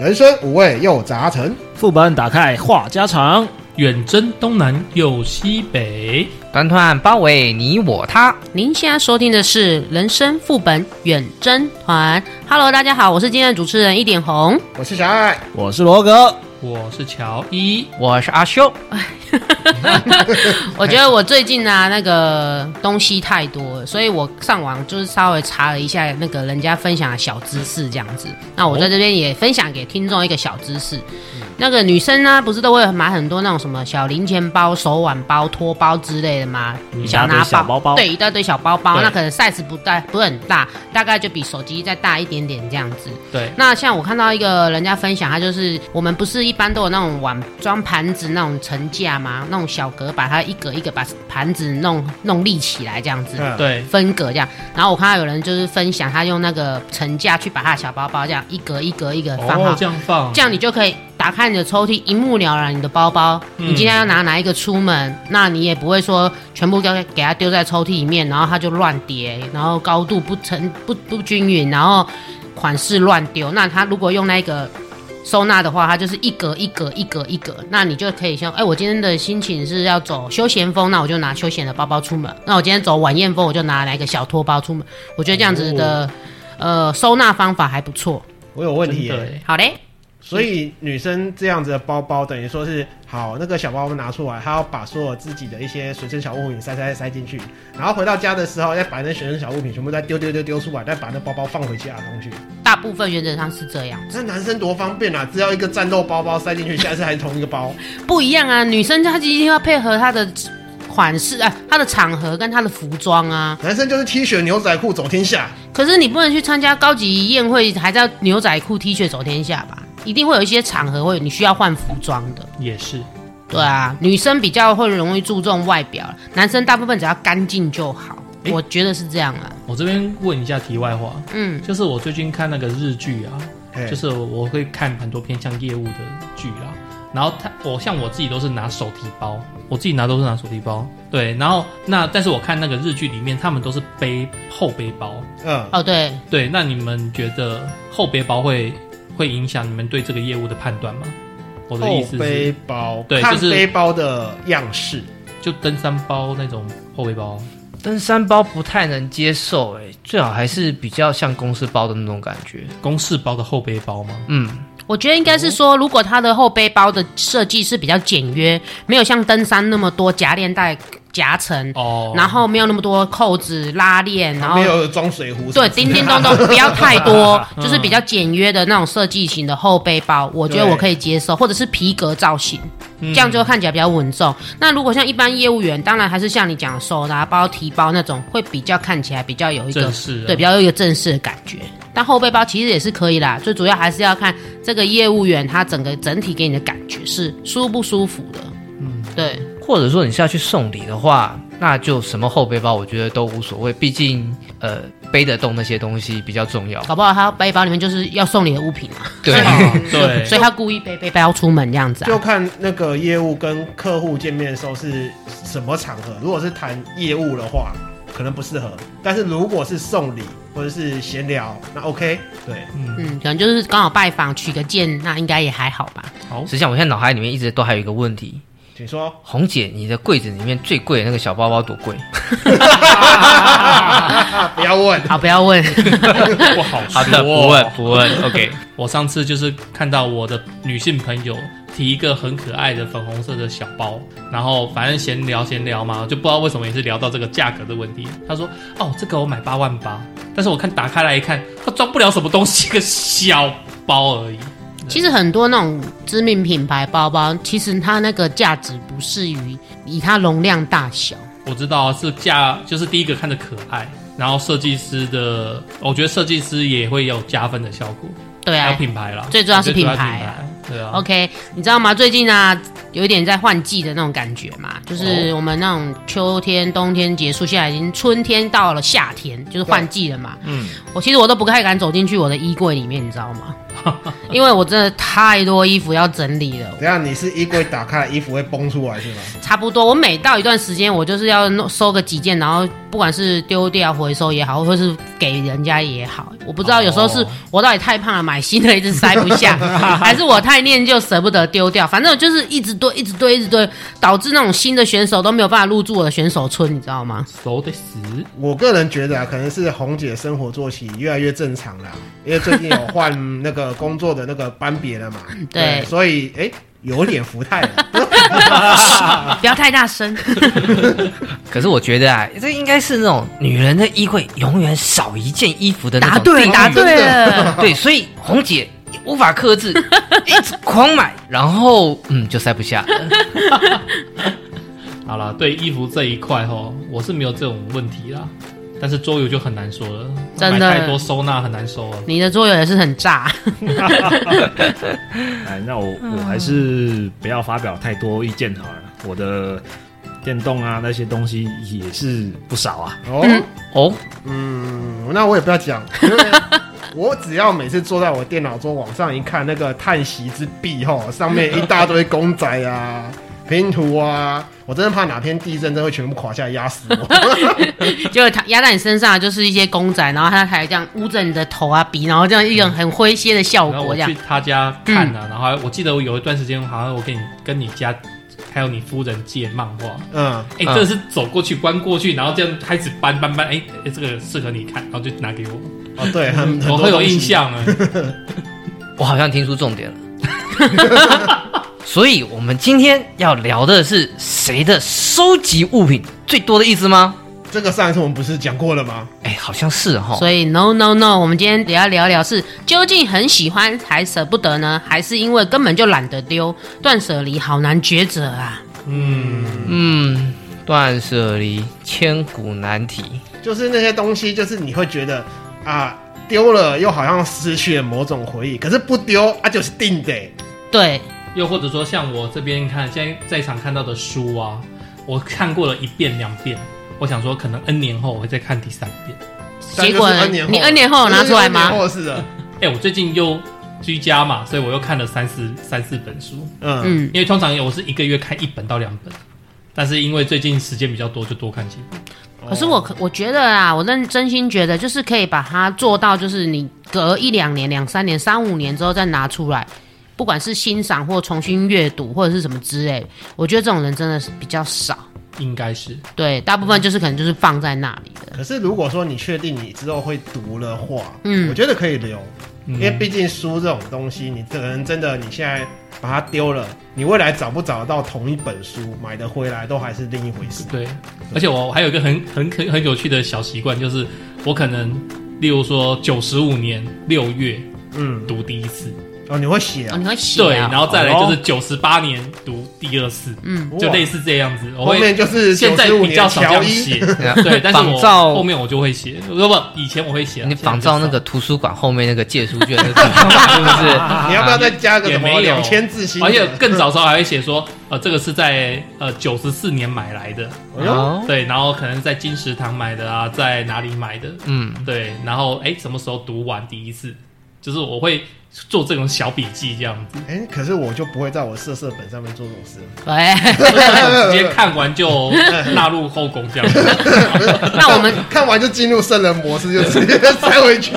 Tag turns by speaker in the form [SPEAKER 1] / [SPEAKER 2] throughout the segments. [SPEAKER 1] 人生五味又杂陈。
[SPEAKER 2] 副本打开话家常，
[SPEAKER 3] 远征东南又西北，
[SPEAKER 4] 团团包围你我他。
[SPEAKER 5] 您现在收听的是《人生副本远征团》。Hello，大家好，我是今天的主持人一点红。
[SPEAKER 1] 我是小爱，
[SPEAKER 2] 我是罗格。
[SPEAKER 3] 我是乔伊，
[SPEAKER 4] 我是阿修，
[SPEAKER 5] 我觉得我最近啊，那个东西太多了，所以我上网就是稍微查了一下那个人家分享的小知识这样子。那我在这边也分享给听众一个小知识。
[SPEAKER 2] 嗯
[SPEAKER 5] 那个女生呢、不是都会买很多那种什么小零钱包、手腕包、托包之类的吗？
[SPEAKER 2] 嗯
[SPEAKER 5] 小
[SPEAKER 2] 一大
[SPEAKER 5] 拿
[SPEAKER 2] 堆小包包
[SPEAKER 5] 对，一大堆小包包，
[SPEAKER 3] 对
[SPEAKER 5] 那可能 size 不大，不是很大，大概就比手机再大一点点这样子。
[SPEAKER 3] 对，
[SPEAKER 5] 那像我看到一个人家分享，他就是我们不是一般都有那种碗装盘子那种层架吗？那种小格把它一格一格把盘子弄弄立起来这样子，
[SPEAKER 1] 嗯
[SPEAKER 3] 对，
[SPEAKER 5] 分格这样。然后我看到有人就是分享他用那个层架去把他的小包包这样一格一格一格放好，
[SPEAKER 3] 哦，这样放，
[SPEAKER 5] 这样你就可以打开你的抽屉，一目了然你的包包。
[SPEAKER 3] 嗯
[SPEAKER 5] 你今天要拿哪一个出门，那你也不会说全部都给它丢在抽屉里面，然后它就乱叠，然后高度不成不不均匀，然后款式乱丢。那它如果用那个。收纳的话，它就是一格一格一格一格，那你就可以像，哎、我今天的心情是要走休闲风，那我就拿休闲的包包出门；那我今天走晚宴风，我就拿来一个小托包出门。我觉得这样子的，
[SPEAKER 3] 哦
[SPEAKER 5] 呃，收纳方法还不错。
[SPEAKER 1] 我有问题耶、
[SPEAKER 3] 对，
[SPEAKER 5] 好嘞，
[SPEAKER 1] 所以女生这样子的包包，等于说是好那个小包包拿出来，她要把所有自己的一些随身小物品塞塞塞进去，然后回到家的时候再把那随身小物品全部再丢丢丢丢出来，再把那包包放回家的东西。
[SPEAKER 5] 大部分原则上是这样。
[SPEAKER 1] 这男生多方便啊！只要一个战斗包包塞进去，下次还是同一个包。
[SPEAKER 5] 不一样啊，女生她一定要配合她的款式啊，她的场合跟她的服装啊。
[SPEAKER 1] 男生就是 T 恤、牛仔裤走天下，
[SPEAKER 5] 可是你不能去参加高级宴会，还在牛仔裤、T 恤走天下吧？一定会有一些场合会你需要换服装的。
[SPEAKER 3] 也是，
[SPEAKER 5] 对啊，女生比较会容易注重外表，男生大部分只要干净就好。
[SPEAKER 3] 诶
[SPEAKER 5] 我觉得是这样啊，
[SPEAKER 3] 我这边问一下题外话，
[SPEAKER 5] 嗯，
[SPEAKER 3] 就是我最近看那个日剧啊，
[SPEAKER 1] 嘿
[SPEAKER 3] 就是我会看很多偏向业务的剧啦。然后他，我像我自己都是拿手提包，我自己拿都是拿手提包。对，然后那但是我看那个日剧里面，他们都是背后背包。
[SPEAKER 1] 嗯，
[SPEAKER 5] 哦对，
[SPEAKER 3] 对，那你们觉得后背包会会影响你们对这个业务的判断吗？我的意
[SPEAKER 1] 后
[SPEAKER 3] 思
[SPEAKER 1] 背
[SPEAKER 3] 是，
[SPEAKER 1] 包，
[SPEAKER 3] 对
[SPEAKER 1] 看
[SPEAKER 3] 就是
[SPEAKER 1] 背包的样式。
[SPEAKER 3] 就登山包那种后背包。
[SPEAKER 4] 登山包不太能接受、欸，最好还是比较像公司包的那种感觉。
[SPEAKER 3] 公事包的后背包吗？
[SPEAKER 4] 嗯，
[SPEAKER 5] 我觉得应该是说，如果它的后背包的设计是比较简约，没有像登山那么多夹链带夹层，
[SPEAKER 3] 哦，
[SPEAKER 5] 然后没有那么多扣子拉链，然
[SPEAKER 1] 旁
[SPEAKER 5] 后
[SPEAKER 1] 边有装水壶，
[SPEAKER 5] 对，叮叮咚咚，不要太多，就是比较简约的那种设计型的后背包，我觉得
[SPEAKER 1] 对
[SPEAKER 5] 我可以接受，或者是皮革造型，这样就看起来比较稳重。那如果像一般业务员，当然还是像你讲的手拿包、提包那种，会比较看起来比较有一个
[SPEAKER 3] 正式啊
[SPEAKER 5] 对比较有一个正式的感觉。但后背包其实也是可以啦，最主要还是要看这个业务员他整个整体给你的感觉是舒不舒服的。嗯，对，
[SPEAKER 4] 或者说你下去送礼的话，那就什么后背包，我觉得都无所谓，毕竟呃背得动那些东西比较重要。
[SPEAKER 5] 搞不好他背包里面就是要送你的物品啊，
[SPEAKER 4] 对，
[SPEAKER 3] 对，
[SPEAKER 5] 所以他故意背背包出门这样子啊
[SPEAKER 1] 就。看那个业务跟客户见面的时候是什么场合。如果是谈业务的话，可能不适合；但是如果是送礼或者是闲聊，那 OK。对，
[SPEAKER 5] 嗯，可能就是刚好拜访取个见，那应该也还好吧。
[SPEAKER 3] 好
[SPEAKER 4] 实际上我现在脑海里面一直都还有一个问题，
[SPEAKER 1] 请说。
[SPEAKER 4] 红姐，你的柜子里面最贵的那个小包包多贵？
[SPEAKER 1] 不要问，
[SPEAKER 5] 好，不要问。
[SPEAKER 3] 不好说。
[SPEAKER 4] 好的，
[SPEAKER 1] 哦
[SPEAKER 4] 不问 不问，OK。
[SPEAKER 3] 我上次就是看到我的女性朋友提一个很可爱的粉红色的小包，然后反正闲聊闲聊嘛，就不知道为什么也是聊到这个价格的问题。她说：“哦，这个我买八万八，但是我看打开来一看，它装不了什么东西，一个小包而已。
[SPEAKER 5] 其实很多那种知名品牌包包，其实它那个价值不是于以它容量大小。”
[SPEAKER 3] 我知道是价，就是第一个看着可爱，然后设计师的，我觉得设计师也会有加分的效果，
[SPEAKER 5] 对
[SPEAKER 3] 还
[SPEAKER 5] 啊
[SPEAKER 3] 有品牌啦，
[SPEAKER 5] 最重要是
[SPEAKER 3] 我觉得
[SPEAKER 5] 品牌
[SPEAKER 3] 主要是品牌对啊。
[SPEAKER 5] ，OK，你知道吗？最近啊，有一点在换季的那种感觉嘛，
[SPEAKER 3] 哦
[SPEAKER 5] 就是我们那种秋天、冬天结束，现在已经春天到了夏天，就是换季了嘛。
[SPEAKER 3] 嗯，
[SPEAKER 5] 我其实我都不太敢走进去我的衣柜里面，你知 道吗？因为我真的太多衣服要整理了，
[SPEAKER 1] 等一下你是衣柜打开，衣服会崩出来是吗？
[SPEAKER 5] 差不多，我每到一段时间，我就是要弄收个几件，然后不管是丢掉、回收也好，或是给人家也好，我不知道
[SPEAKER 4] 哦
[SPEAKER 5] 有时候是我到底太胖了，买新的一直塞不 下，还是我太念旧舍不得丢掉，反正我就是一直堆、一直堆、一直堆，导致那种新的选手都没有办法入住我的选手村，你知道吗？
[SPEAKER 3] 熟得死。
[SPEAKER 1] 我个人觉得啊，可能是红姐生活作息越来越正常了，因为最近有换那个工作的那个班别了嘛。
[SPEAKER 5] 对
[SPEAKER 1] 所以哎、有点福态 了。
[SPEAKER 4] 啊
[SPEAKER 5] 不要太大声，
[SPEAKER 4] 可是我觉得啊，这应该是那种女人的衣柜永远少一件衣服的那
[SPEAKER 5] 答
[SPEAKER 4] 种
[SPEAKER 5] 对
[SPEAKER 4] 地
[SPEAKER 5] 了，
[SPEAKER 4] 方
[SPEAKER 5] 答 对了。
[SPEAKER 4] 对，所以红姐无法 克制，一直狂买，然后嗯就塞 不下。
[SPEAKER 3] 好啦，对衣服这一块吼，我是没有这种问题啦。但是桌游就很难说了，
[SPEAKER 5] 真的
[SPEAKER 3] 买太多收纳很难收啊。
[SPEAKER 5] 你的桌游也是很炸，
[SPEAKER 2] 哎，那我我还是不要发表太多意见好了。我的电动啊那些东西也是不少啊。
[SPEAKER 1] 哦，
[SPEAKER 4] 哦，
[SPEAKER 1] 嗯，那我也不要讲，因为我只要每次坐在我电脑桌往上一看，那个叹息之壁吼，上面一大堆公仔啊、拼图啊，我真的怕哪天地震真的会全部垮下来压死我。
[SPEAKER 5] 结果他压在你身上的就是一些公仔，然后他还这样捂着你的头啊、鼻，然后这样一种很诙谐的效
[SPEAKER 3] 然后
[SPEAKER 5] 果，
[SPEAKER 3] 我
[SPEAKER 5] 这样
[SPEAKER 3] 去他家看啊，
[SPEAKER 5] 嗯
[SPEAKER 3] 然后还我记得我有一段时间好像我跟你跟你家还有你夫人借漫画，
[SPEAKER 1] 嗯，
[SPEAKER 3] 哎、
[SPEAKER 4] 嗯
[SPEAKER 3] 真的是走过去关过去，然后这样开始搬搬搬，哎、哎这个适合你看，然后就拿给我，
[SPEAKER 1] 哦对，很很多
[SPEAKER 3] 我很有
[SPEAKER 1] 东西
[SPEAKER 3] 印。象 啊。
[SPEAKER 4] 我好像听出重点了。 所以我们今天要聊的是谁的收集物品最多的意思吗？
[SPEAKER 1] 这个上一次我们不是讲过了吗？
[SPEAKER 4] 哎，好像是哈、
[SPEAKER 5] 所以 no no no，我们今天也要聊聊是究竟很喜欢还舍不得呢，还是因为根本就懒得丢，断舍离好难抉择啊！
[SPEAKER 3] 嗯，
[SPEAKER 4] 嗯，断舍离千古难题。
[SPEAKER 1] 就是那些东西，就是你会觉得啊，丢了又好像失去了某种回忆，可是不丢啊就是定的、
[SPEAKER 5] 对，
[SPEAKER 3] 又或者说像我这边看现在在场看到的书啊，我看过了一遍两遍，我想说可能 N 年后我会再看第三遍。
[SPEAKER 5] 结果
[SPEAKER 1] 但就是 N 年后
[SPEAKER 5] 你 N 年后有拿出来
[SPEAKER 1] 就是
[SPEAKER 5] 吗
[SPEAKER 1] N 年后的事了，
[SPEAKER 3] 哎、我最近又居家嘛，所以我又看了三四三四本书，
[SPEAKER 1] 嗯，
[SPEAKER 5] 嗯，
[SPEAKER 3] 因为通常我是一个月看一本到两本，但是因为最近时间比较多，就多看几本。
[SPEAKER 5] 可是我可我觉得啊，我认真心觉得就是可以把它做到，就是你隔一两年、两三年、三五年之后再拿出来。不管是欣赏或重新阅读或者是什么之类，我觉得这种人真的是比较少。
[SPEAKER 3] 应该是
[SPEAKER 5] 对，大部分就是可能就是放在那里的。
[SPEAKER 1] 可是如果说你确定你之后会读的话，
[SPEAKER 5] 嗯
[SPEAKER 1] 我觉得可以留，
[SPEAKER 3] 嗯
[SPEAKER 1] 因为毕竟书这种东西，你可能真的你现在把它丢了，你未来找不找得到同一本书买得回来，都还是另一回事。
[SPEAKER 3] 对，而且我还有一个很很很很有趣的小习惯，就是我可能，例如说九十五年六月
[SPEAKER 1] 嗯，
[SPEAKER 3] 读第一次，
[SPEAKER 1] 哦，你会写
[SPEAKER 5] 哦，
[SPEAKER 1] 啊，
[SPEAKER 5] 你会写、
[SPEAKER 3] 对，
[SPEAKER 5] 啊？
[SPEAKER 3] 然后再
[SPEAKER 1] 哦
[SPEAKER 3] 来就是九十八年读第二次，
[SPEAKER 5] 嗯，
[SPEAKER 3] 就类
[SPEAKER 1] 似
[SPEAKER 3] 似这样子。我
[SPEAKER 1] 后
[SPEAKER 3] 会
[SPEAKER 1] 面就是
[SPEAKER 3] 现在
[SPEAKER 1] 95
[SPEAKER 3] 比较
[SPEAKER 1] 年
[SPEAKER 3] 少这
[SPEAKER 1] 乔
[SPEAKER 3] 样
[SPEAKER 1] 伊，
[SPEAKER 3] 写， 对，但是
[SPEAKER 4] 仿
[SPEAKER 3] 我
[SPEAKER 4] 照
[SPEAKER 3] 后面我就会写，不不，以前我会写，啊
[SPEAKER 4] 你
[SPEAKER 3] 现在
[SPEAKER 4] 仿
[SPEAKER 3] 比
[SPEAKER 4] 照
[SPEAKER 3] 较
[SPEAKER 4] 那个
[SPEAKER 3] 少。
[SPEAKER 4] 图书馆后面那个借书券的地方嘛，是不是？
[SPEAKER 2] 啊
[SPEAKER 1] 你要不要再加个
[SPEAKER 3] 啊也
[SPEAKER 1] 什么
[SPEAKER 3] 没有
[SPEAKER 1] 两千字新的？
[SPEAKER 3] 而且更早时候还会写说，呃，这个是在呃九十四年买来的，
[SPEAKER 1] 哎呦，
[SPEAKER 4] 哦，
[SPEAKER 3] 对，然后可能在金石堂买的啊，在哪里买的，
[SPEAKER 4] 嗯，
[SPEAKER 3] 对，然后哎，什么时候读完第一次？就是我会做这种小笔记，这样 子，
[SPEAKER 1] 哎，可是我就不会在我色色本上面做这种 事。
[SPEAKER 5] 对，
[SPEAKER 3] 直接看完就纳入后宫这样子。
[SPEAKER 5] 那我们
[SPEAKER 1] 看完就进入圣人模式，就直接塞回 去。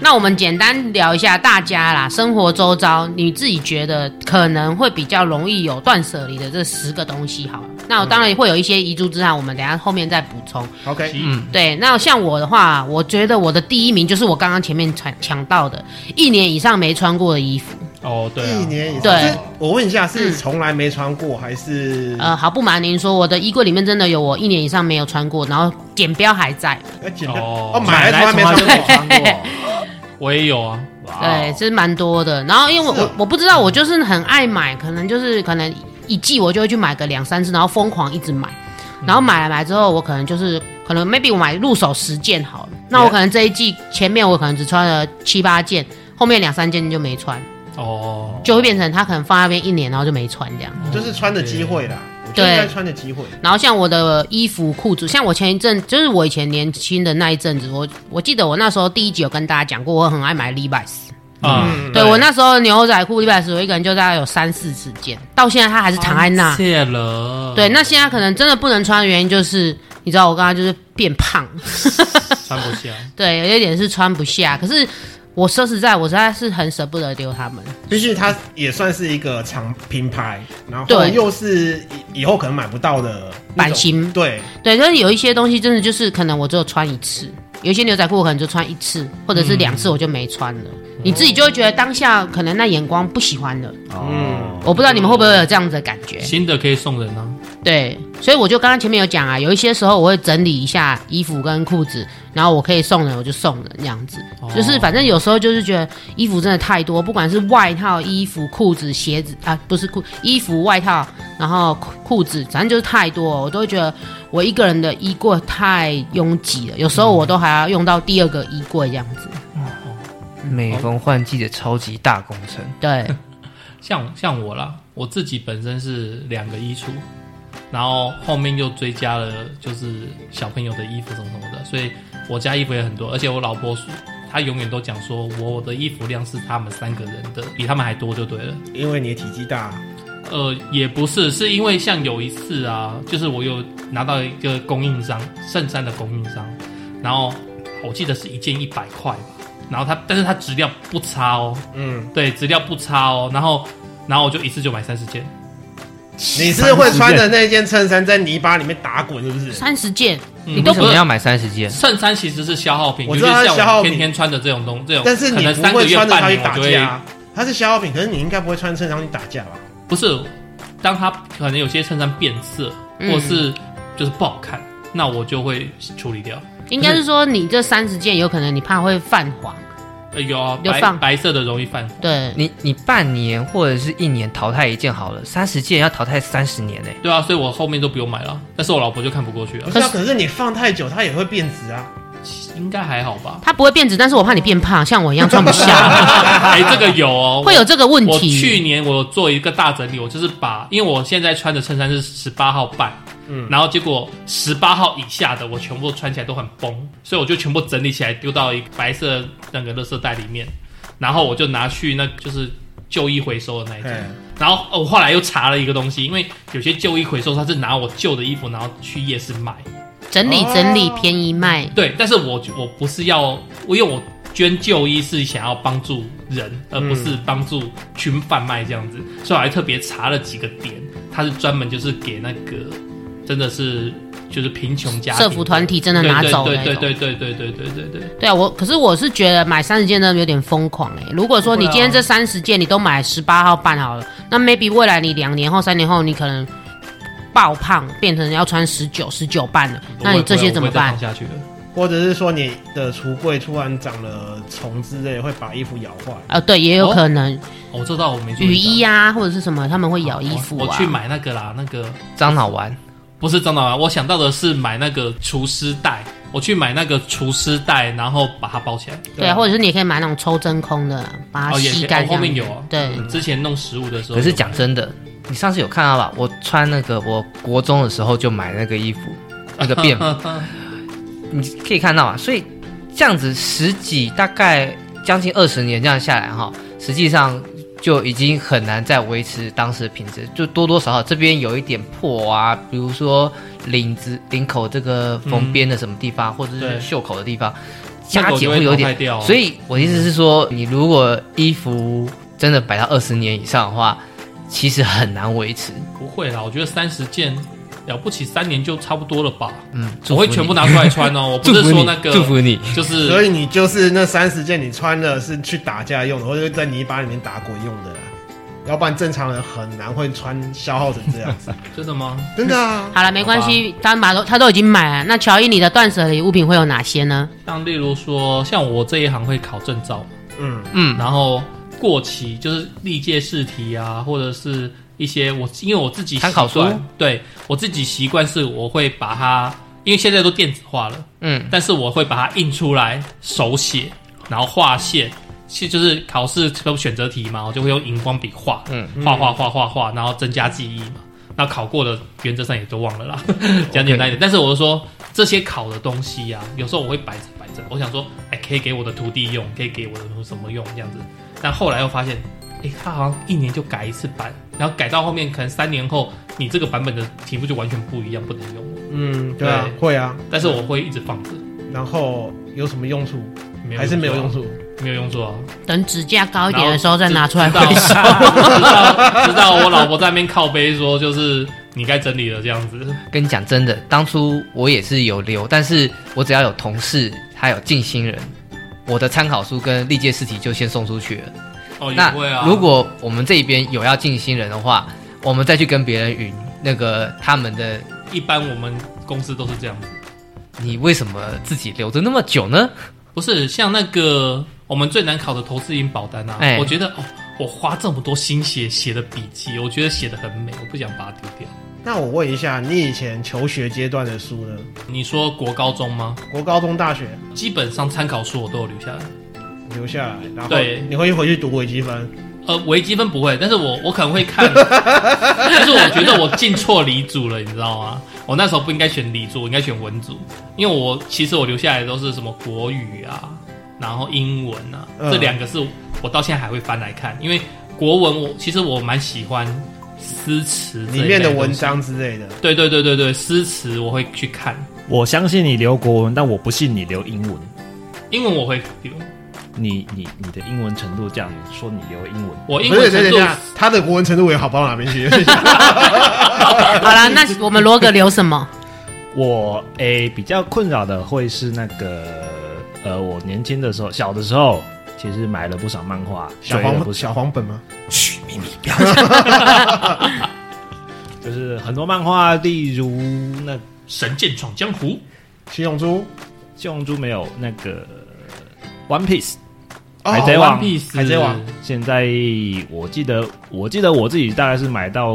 [SPEAKER 5] 那我们简单聊一下大家啦，生活周遭你自己觉得可能会比较容易有断舍离的这十个东西，好了，那我当然会有一些遗珠之憾，我们等一下后面再补充。
[SPEAKER 1] OK，
[SPEAKER 4] 嗯
[SPEAKER 5] 对，那像我的话，我觉得我的第一名就是我刚刚前面抢抢到的，一年以上没穿过的衣服。
[SPEAKER 3] 哦，对、啊，
[SPEAKER 1] 一年以上。
[SPEAKER 5] 对嗯
[SPEAKER 1] 是我问一下，是从来没穿过，还是
[SPEAKER 5] 呃，毫不瞒您说，我的衣柜里面真的有我一年以上没有穿过，然后剪标还在。
[SPEAKER 1] 要剪掉？
[SPEAKER 3] 哦
[SPEAKER 1] 哦，买来从来没穿过。啊
[SPEAKER 2] 穿过，
[SPEAKER 3] 我也有啊，
[SPEAKER 5] 对，这是蛮多的。然后因为我、
[SPEAKER 1] 是哦
[SPEAKER 5] 我我不知道，我就是很爱买，可能就是可能一季我就会去买个两三次，然后疯狂一直买，然后买来买之后，我可能就是可能 maybe 我买入手十件好了，那我可能这一季前面我可能只穿了七八件，后面两三件就没穿，
[SPEAKER 3] 哦，
[SPEAKER 5] 就会变成它可能放在那边一年，然后就没穿这样。
[SPEAKER 1] 就是穿的机会啦，我觉得应该穿的机会。
[SPEAKER 5] 然后像我的衣服、裤子，像我前一阵，就是我以前年轻的那一阵子，我我记得我那时候第一集有跟大家讲过，我很爱买 Levi's。
[SPEAKER 3] 啊、
[SPEAKER 1] 嗯
[SPEAKER 5] 对我那时候牛仔裤一百十，我一个人就大概有三四十
[SPEAKER 1] 哦
[SPEAKER 5] 件，到现在它还是躺在那。
[SPEAKER 3] 谢了，
[SPEAKER 5] 对，那现在可能真的不能穿的原因就是你知道我刚刚就是变胖，
[SPEAKER 3] 穿不下。
[SPEAKER 5] 对，有一点是穿不下。可是我说实在，我实在是很舍不得丢他们。
[SPEAKER 1] 毕竟它也算是一个长品牌，然后
[SPEAKER 5] 对
[SPEAKER 1] 又是以以后可能买不到的那种
[SPEAKER 5] 版型
[SPEAKER 1] 对，
[SPEAKER 5] 对，但是有一些东西真的就是可能我只有穿一次，有一些牛仔裤我可能就穿一次，或者是两次我就没穿了。
[SPEAKER 1] 嗯
[SPEAKER 5] 你自己就会觉得当下可能那眼光不喜欢了。
[SPEAKER 2] 哦，
[SPEAKER 4] 嗯
[SPEAKER 5] 我不知道你们会不会有这样子的感觉？
[SPEAKER 3] 新的可以送人啊，
[SPEAKER 5] 对，所以我就刚刚前面有讲啊，有一些时候我会整理一下衣服跟裤子，然后我可以送人我就送人这样子，就是反正有时候就是觉得衣服真的太多，不管是外套、衣服、裤子、鞋子啊，不是裤衣服、外套，然后裤裤子，反正就是太多，我都会觉得我一个人的衣柜太拥挤了，有时候我都还要用到第二个衣柜这样子。
[SPEAKER 4] 每逢换季的超级大工程，
[SPEAKER 5] 对，
[SPEAKER 3] 像像我啦，我自己本身是两个衣橱，然后后面又追加了就是小朋友的衣服什么什么的，所以我家衣服也很多，而且我老婆她永远都讲说我的衣服量是他们三个人的，比他们还多就对了。
[SPEAKER 1] 因为你的体积大，
[SPEAKER 3] 呃，也不是，是因为像有一次啊，就是我有拿到一个供应商，圣山的供应商，然后我记得是一件一百块吧，然后它，但是它质量不差哦，
[SPEAKER 1] 嗯，
[SPEAKER 3] 对，质量不差哦，然后，然后我就一次就买三十件，
[SPEAKER 1] 你是会穿着那件衬衫在泥巴里面打滚，是不是？
[SPEAKER 5] 三十件，
[SPEAKER 3] 嗯
[SPEAKER 5] 你
[SPEAKER 4] 为
[SPEAKER 5] 都
[SPEAKER 4] 什
[SPEAKER 5] 不
[SPEAKER 4] 么要买三十件？
[SPEAKER 3] 衬衫其实是消耗品，
[SPEAKER 1] 我
[SPEAKER 3] 尤
[SPEAKER 1] 知
[SPEAKER 3] 其
[SPEAKER 1] 道它是
[SPEAKER 3] 是
[SPEAKER 1] 消
[SPEAKER 3] 像
[SPEAKER 1] 耗
[SPEAKER 3] 我
[SPEAKER 1] 品
[SPEAKER 3] 天天穿的这种东这种，
[SPEAKER 1] 但是
[SPEAKER 3] 可
[SPEAKER 1] 你
[SPEAKER 3] 能
[SPEAKER 1] 不
[SPEAKER 3] 三个
[SPEAKER 1] 会
[SPEAKER 3] 月
[SPEAKER 1] 穿着
[SPEAKER 3] 半
[SPEAKER 1] 它去
[SPEAKER 3] 年我
[SPEAKER 1] 打
[SPEAKER 3] 就会
[SPEAKER 1] 架，啊它是消耗品，可是你应该不会穿衬衫去打架吧？
[SPEAKER 3] 不是，当它可能有些衬衫变色，
[SPEAKER 5] 嗯
[SPEAKER 3] 或是就是不好看，那我就会处理掉。
[SPEAKER 5] 应该是说你这三十件有可能你怕会泛黄，
[SPEAKER 3] 呃，有啊，
[SPEAKER 5] 有
[SPEAKER 3] 白
[SPEAKER 5] 放
[SPEAKER 3] 白色的容易泛黄。
[SPEAKER 5] 对。
[SPEAKER 4] 你你半年或者是一年淘汰一件好了，三十件要淘汰三十年呢、欸
[SPEAKER 3] 对啊，所以我后面都不用买了，但是我老婆就看不过去
[SPEAKER 1] 不
[SPEAKER 3] 了，
[SPEAKER 1] 是啊，可是你放太久，它也会变质啊。
[SPEAKER 3] 应该还好
[SPEAKER 5] ？
[SPEAKER 3] 吧
[SPEAKER 5] 它不会变质，但是我怕你变胖，像我一样穿不下，
[SPEAKER 3] 哎、这个有哦，
[SPEAKER 5] 会有这个问
[SPEAKER 3] 我。我
[SPEAKER 5] 题。
[SPEAKER 3] 去年我有做一个大整理，我就是把，因为我现在穿的衬衫是十八号半，嗯，然后结果十八号以下的我全部穿起来都很崩，所以我就全部整理起来丢到一个白色那个垃圾袋里面，然后我就拿去那就是旧衣回收的那一件。
[SPEAKER 1] 哎，
[SPEAKER 3] 然后哦我后来又查了一个东西，因为有些旧衣回收，它是拿我旧的衣服，然后去夜市卖。
[SPEAKER 5] 整理整理，
[SPEAKER 1] 哦
[SPEAKER 5] 便宜卖。
[SPEAKER 3] 对，但是我我不是要，我因为我捐旧衣是想要帮助人，而不是帮助去贩卖这样子，所以我还特别查了几个点，它是专门就是给那个真的是就是贫穷家庭
[SPEAKER 5] 社服团体真的拿
[SPEAKER 3] 哦
[SPEAKER 5] 走
[SPEAKER 3] 对
[SPEAKER 5] 那
[SPEAKER 3] 对
[SPEAKER 5] 种
[SPEAKER 3] 对对对对对对对对，
[SPEAKER 5] 对啊，我可是我是觉得买三十件真的有点疯狂哎、如果说你
[SPEAKER 3] 不会啊
[SPEAKER 5] 今天这三十件你都买十八号办好了，那 maybe 未来你两年后、三年后你可能爆胖，变成要穿十九、十九半了，那你这些怎么
[SPEAKER 3] 我
[SPEAKER 5] 办
[SPEAKER 3] 不会？再放下去了，
[SPEAKER 1] 或者是说你的橱柜突然长了虫之类，会把衣服咬坏。
[SPEAKER 5] 啊，对，也有可能、
[SPEAKER 3] 哦我知道我没注意
[SPEAKER 5] 雨
[SPEAKER 3] 到
[SPEAKER 5] 衣啊，或者是什么，他们会咬衣服
[SPEAKER 3] 我
[SPEAKER 5] 啊。
[SPEAKER 3] 我去买那个啦，那个
[SPEAKER 4] 樟脑丸，
[SPEAKER 3] 不是蟑螂啊，我想到的是买那个除湿袋，我去买那个除湿袋，然后把它包起来。
[SPEAKER 5] 对啊，或者是你也可以买那种抽真空的，
[SPEAKER 4] 啊
[SPEAKER 5] 把它
[SPEAKER 3] 哦，也
[SPEAKER 5] 吸
[SPEAKER 3] 是，哦
[SPEAKER 5] 干这
[SPEAKER 3] 后
[SPEAKER 5] 样。
[SPEAKER 3] 面有啊。
[SPEAKER 5] 对，
[SPEAKER 3] 嗯之前弄食物的时候有，
[SPEAKER 4] 可是讲真的，你上次有看到吧？我穿那个，我国中的时候就买那个衣服，那个 便服，你可以看到啊。所以这样子十几，大概将近二十年这样下来哈，实际上就已经很难再维持当时的品质，就多多少少这边有一点破啊，比如说领子、领口这个缝边的什么地方，或者
[SPEAKER 3] 嗯对
[SPEAKER 4] 是袖口的地方，
[SPEAKER 3] 那个
[SPEAKER 4] 加
[SPEAKER 3] 我
[SPEAKER 4] 减
[SPEAKER 3] 就
[SPEAKER 4] 会有
[SPEAKER 3] 淘
[SPEAKER 4] 一点
[SPEAKER 3] 汰掉啊，
[SPEAKER 4] 所以我的意思是说，你如果衣服真的摆到二十年以上的话，其实很难维持。
[SPEAKER 3] 不会啦，我觉得三十件了不起，三年就差不多了吧。
[SPEAKER 4] 嗯，
[SPEAKER 3] 我
[SPEAKER 4] 祝福
[SPEAKER 3] 会
[SPEAKER 4] 你
[SPEAKER 3] 全部拿出来穿 哦，我不
[SPEAKER 4] 祝
[SPEAKER 3] 是
[SPEAKER 4] 福
[SPEAKER 3] 说
[SPEAKER 4] 你
[SPEAKER 3] 那个，
[SPEAKER 4] 祝福你。
[SPEAKER 3] 就
[SPEAKER 1] 所
[SPEAKER 3] 是
[SPEAKER 1] 以你就是那三十件你穿的是去打架用的，或者是在泥巴里面打滚用的啦。要不然正常人很难会穿消耗成这样子，
[SPEAKER 3] 真的吗？
[SPEAKER 1] 真的啊。
[SPEAKER 5] 好了，没关系，他马都他都已经买了。那乔伊，你的断舍离物品会有哪些呢？
[SPEAKER 3] 像例如说，像我这一行会考证照嘛，
[SPEAKER 1] 嗯，
[SPEAKER 4] 嗯，
[SPEAKER 3] 然后过期就是历届试题啊，或者是一些我因为我自己习惯
[SPEAKER 4] 参考书，
[SPEAKER 3] 对我自己习惯是我会把它，因为现在都电子化了，
[SPEAKER 4] 嗯，
[SPEAKER 3] 但是我会把它印出来手写，然后画线。其实就是考试都选择题嘛，我就会用荧光笔画，
[SPEAKER 4] 嗯，
[SPEAKER 3] 画画画画画，然后增加记忆嘛。那考过的原则上也都忘了啦， 讲简单一点。但是我是说这些考的东西呀、有时候我会摆着摆着，我想说，哎，可以给我的徒弟用，可以给我的什么用这样子。但后来又发现，哎，他好像一年就改一次版，然后改到后面可能三年后，你这个版本的题目就完全不一样，不能用了。
[SPEAKER 1] 嗯，对啊，
[SPEAKER 3] 对
[SPEAKER 1] 会啊。
[SPEAKER 3] 但是我会一直放着，
[SPEAKER 1] 然后有什么用处？
[SPEAKER 3] 没有
[SPEAKER 1] 还是没有用
[SPEAKER 3] 用处
[SPEAKER 1] 处？
[SPEAKER 3] 啊，没有用处啊。
[SPEAKER 5] 等指价高一点的时候再拿出来
[SPEAKER 3] 直
[SPEAKER 5] 回
[SPEAKER 3] 到
[SPEAKER 5] 收
[SPEAKER 3] 直。到 直到我老婆在那边靠背说，就是你该整理了这样子。
[SPEAKER 4] 跟你讲真的，当初我也是有留，但是我只要有同事还有近亲人，我的参考书跟历届试题就先送出去了。
[SPEAKER 3] 哦，也
[SPEAKER 4] 那
[SPEAKER 3] 会啊。
[SPEAKER 4] 如果我们这边有要进新人的话，我们再去跟别人云那个他们的，
[SPEAKER 3] 一般我们公司都是这样子，
[SPEAKER 4] 你为什么自己留着那么久呢？
[SPEAKER 3] 不是像那个我们最难考的投资型保单啊，
[SPEAKER 4] 哎
[SPEAKER 3] 我觉得哦。我花这么多心血写的笔记，我觉得写的很美，我不想把它丢掉。
[SPEAKER 1] 那我问一下，你以前求学阶段的书呢？
[SPEAKER 3] 你说国高中吗？
[SPEAKER 1] 国高中、大学
[SPEAKER 3] 基本上参考书我都有留下来。
[SPEAKER 1] 留下来，然后
[SPEAKER 3] 对
[SPEAKER 1] 你会回去读微积分。
[SPEAKER 3] 呃，微积分不会，但是我我可能会看，但是我觉得我进错理组了，你知道吗？我那时候不应该选理组，我应该选文组，因为我其实我留下来的都是什么国语啊，然后英文啊，
[SPEAKER 1] 嗯
[SPEAKER 3] 这两个是我到现在还会翻来看，因为国文我其实我蛮喜欢诗词这一
[SPEAKER 1] 里
[SPEAKER 3] 类
[SPEAKER 1] 面的
[SPEAKER 3] 东
[SPEAKER 1] 文
[SPEAKER 3] 西，
[SPEAKER 1] 章之类的。
[SPEAKER 3] 对对对对对，诗词我会去看，
[SPEAKER 2] 我相信你留国文，但我不信你留英文。
[SPEAKER 3] 英文我会留，
[SPEAKER 2] 你你你的英文程度这样，你说你留英文，
[SPEAKER 3] 我英
[SPEAKER 1] 不
[SPEAKER 3] 文
[SPEAKER 1] 是，
[SPEAKER 3] 程
[SPEAKER 1] 等
[SPEAKER 3] 度
[SPEAKER 1] 等一下，他的国文程度也好不到哪边去。
[SPEAKER 5] 好啦，那我们罗格留什么？
[SPEAKER 2] 我诶、比较困扰的会是那个呃，我年轻的时候，小的时候，其实买了不少漫画，
[SPEAKER 1] 小
[SPEAKER 2] 追了不
[SPEAKER 1] 黄
[SPEAKER 2] 少
[SPEAKER 1] 小黄本吗？
[SPEAKER 2] 就是很多漫画，例如那《
[SPEAKER 3] 神剑闯江湖，
[SPEAKER 1] 七龙珠、
[SPEAKER 2] 七龙珠》没有那个《One Piece》，
[SPEAKER 1] 哦
[SPEAKER 2] 海贼王
[SPEAKER 3] One Piece 哦
[SPEAKER 1] 海贼王
[SPEAKER 2] 现在我记得我记得我自己大概是买到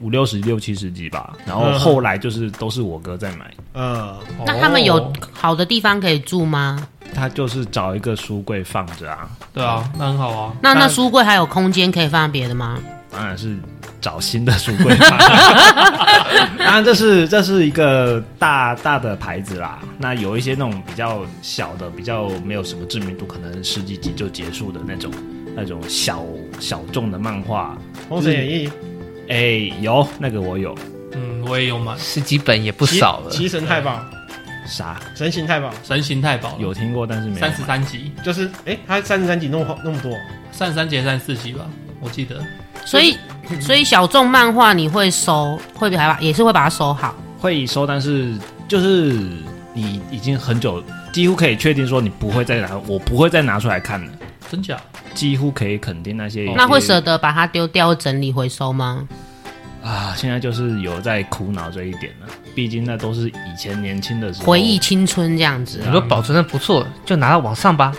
[SPEAKER 2] 五六十六七十集吧，然后
[SPEAKER 1] 嗯
[SPEAKER 2] 后来就是都是我哥在买，
[SPEAKER 1] 呃，
[SPEAKER 5] 那他们
[SPEAKER 3] 哦
[SPEAKER 5] 有好的地方可以住吗？
[SPEAKER 2] 他就是找一个书柜放着啊，
[SPEAKER 3] 对啊，那很好啊，
[SPEAKER 5] 那那
[SPEAKER 3] 但
[SPEAKER 5] 书柜还有空间可以放别的吗？
[SPEAKER 2] 当然是找新的书柜放。当然这是这是一个大大的牌子啦，那有一些那种比较小的、比较没有什么知名度，可能十几集就结束的那种那种小小众的漫画，
[SPEAKER 1] 《封神演义》
[SPEAKER 2] 哎、有那个我有
[SPEAKER 3] 嗯，我也有买。
[SPEAKER 4] 十几本也不
[SPEAKER 1] 奇
[SPEAKER 4] 少了。
[SPEAKER 1] 奇神太保、
[SPEAKER 2] 啥
[SPEAKER 1] 神行太保，
[SPEAKER 3] 神行太保
[SPEAKER 2] 有听过，但是没有买
[SPEAKER 3] 三十三集，
[SPEAKER 1] 就是哎，他三十三集那么那么多，
[SPEAKER 3] 三十三集、三十四集吧，我记得。
[SPEAKER 5] 所以所以小众漫画你会收，会还把也是会把它收好。
[SPEAKER 2] 会收，但是就是你已经很久，几乎可以确定说你不会再拿，我不会再拿出来看了，
[SPEAKER 3] 真假？
[SPEAKER 2] 几乎可以肯定那些已经。
[SPEAKER 5] 那会舍得把它丢掉整理回收吗？
[SPEAKER 2] 啊，现在就是有在苦恼这一点了，毕竟那都是以前年轻的时候
[SPEAKER 5] 回忆。青春这样子
[SPEAKER 4] 你。说
[SPEAKER 3] 嗯
[SPEAKER 4] 保存的不错，就拿到网上吧。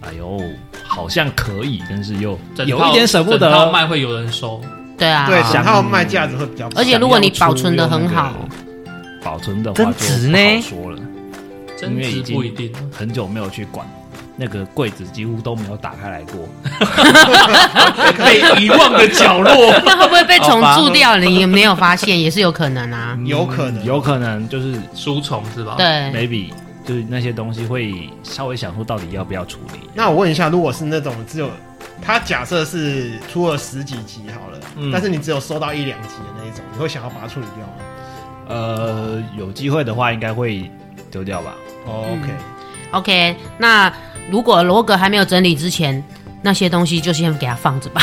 [SPEAKER 2] 哎呦，好像可以，但是又
[SPEAKER 3] 整
[SPEAKER 2] 有
[SPEAKER 3] 套
[SPEAKER 2] 一点舍不
[SPEAKER 3] 整套
[SPEAKER 2] 得。
[SPEAKER 3] 卖会有人收，
[SPEAKER 5] 对啊，
[SPEAKER 1] 对，
[SPEAKER 2] 想
[SPEAKER 1] 整套卖价值会比较高。
[SPEAKER 5] 而且如果你保存得很好
[SPEAKER 2] 想要出用那个保存的话
[SPEAKER 4] 增值呢
[SPEAKER 2] 就不好说了，
[SPEAKER 3] 增值不一定。
[SPEAKER 2] 很久没有去管，那个柜子几乎都没有打开来过。
[SPEAKER 3] 被遗忘的角落，
[SPEAKER 5] 那会不会被虫蛀掉？你也没有发现，也是有可能啊。
[SPEAKER 1] 有可能
[SPEAKER 2] 有可能就是
[SPEAKER 3] 书虫是吧？，
[SPEAKER 5] 对，
[SPEAKER 2] maybe 就是那些东西会稍微想说到底要不要处理。
[SPEAKER 1] 那我问一下，如果是那种只有他假设是出了十几集好了，
[SPEAKER 3] 嗯
[SPEAKER 1] 但是你只有收到一两集的那一种，你会想要把它处理掉吗
[SPEAKER 2] 呃，有机会的话应该会丢掉吧。
[SPEAKER 1] 哦？OK，
[SPEAKER 5] ，OK。那如果罗格还没有整理之前，那些东西就先给它放着 吧。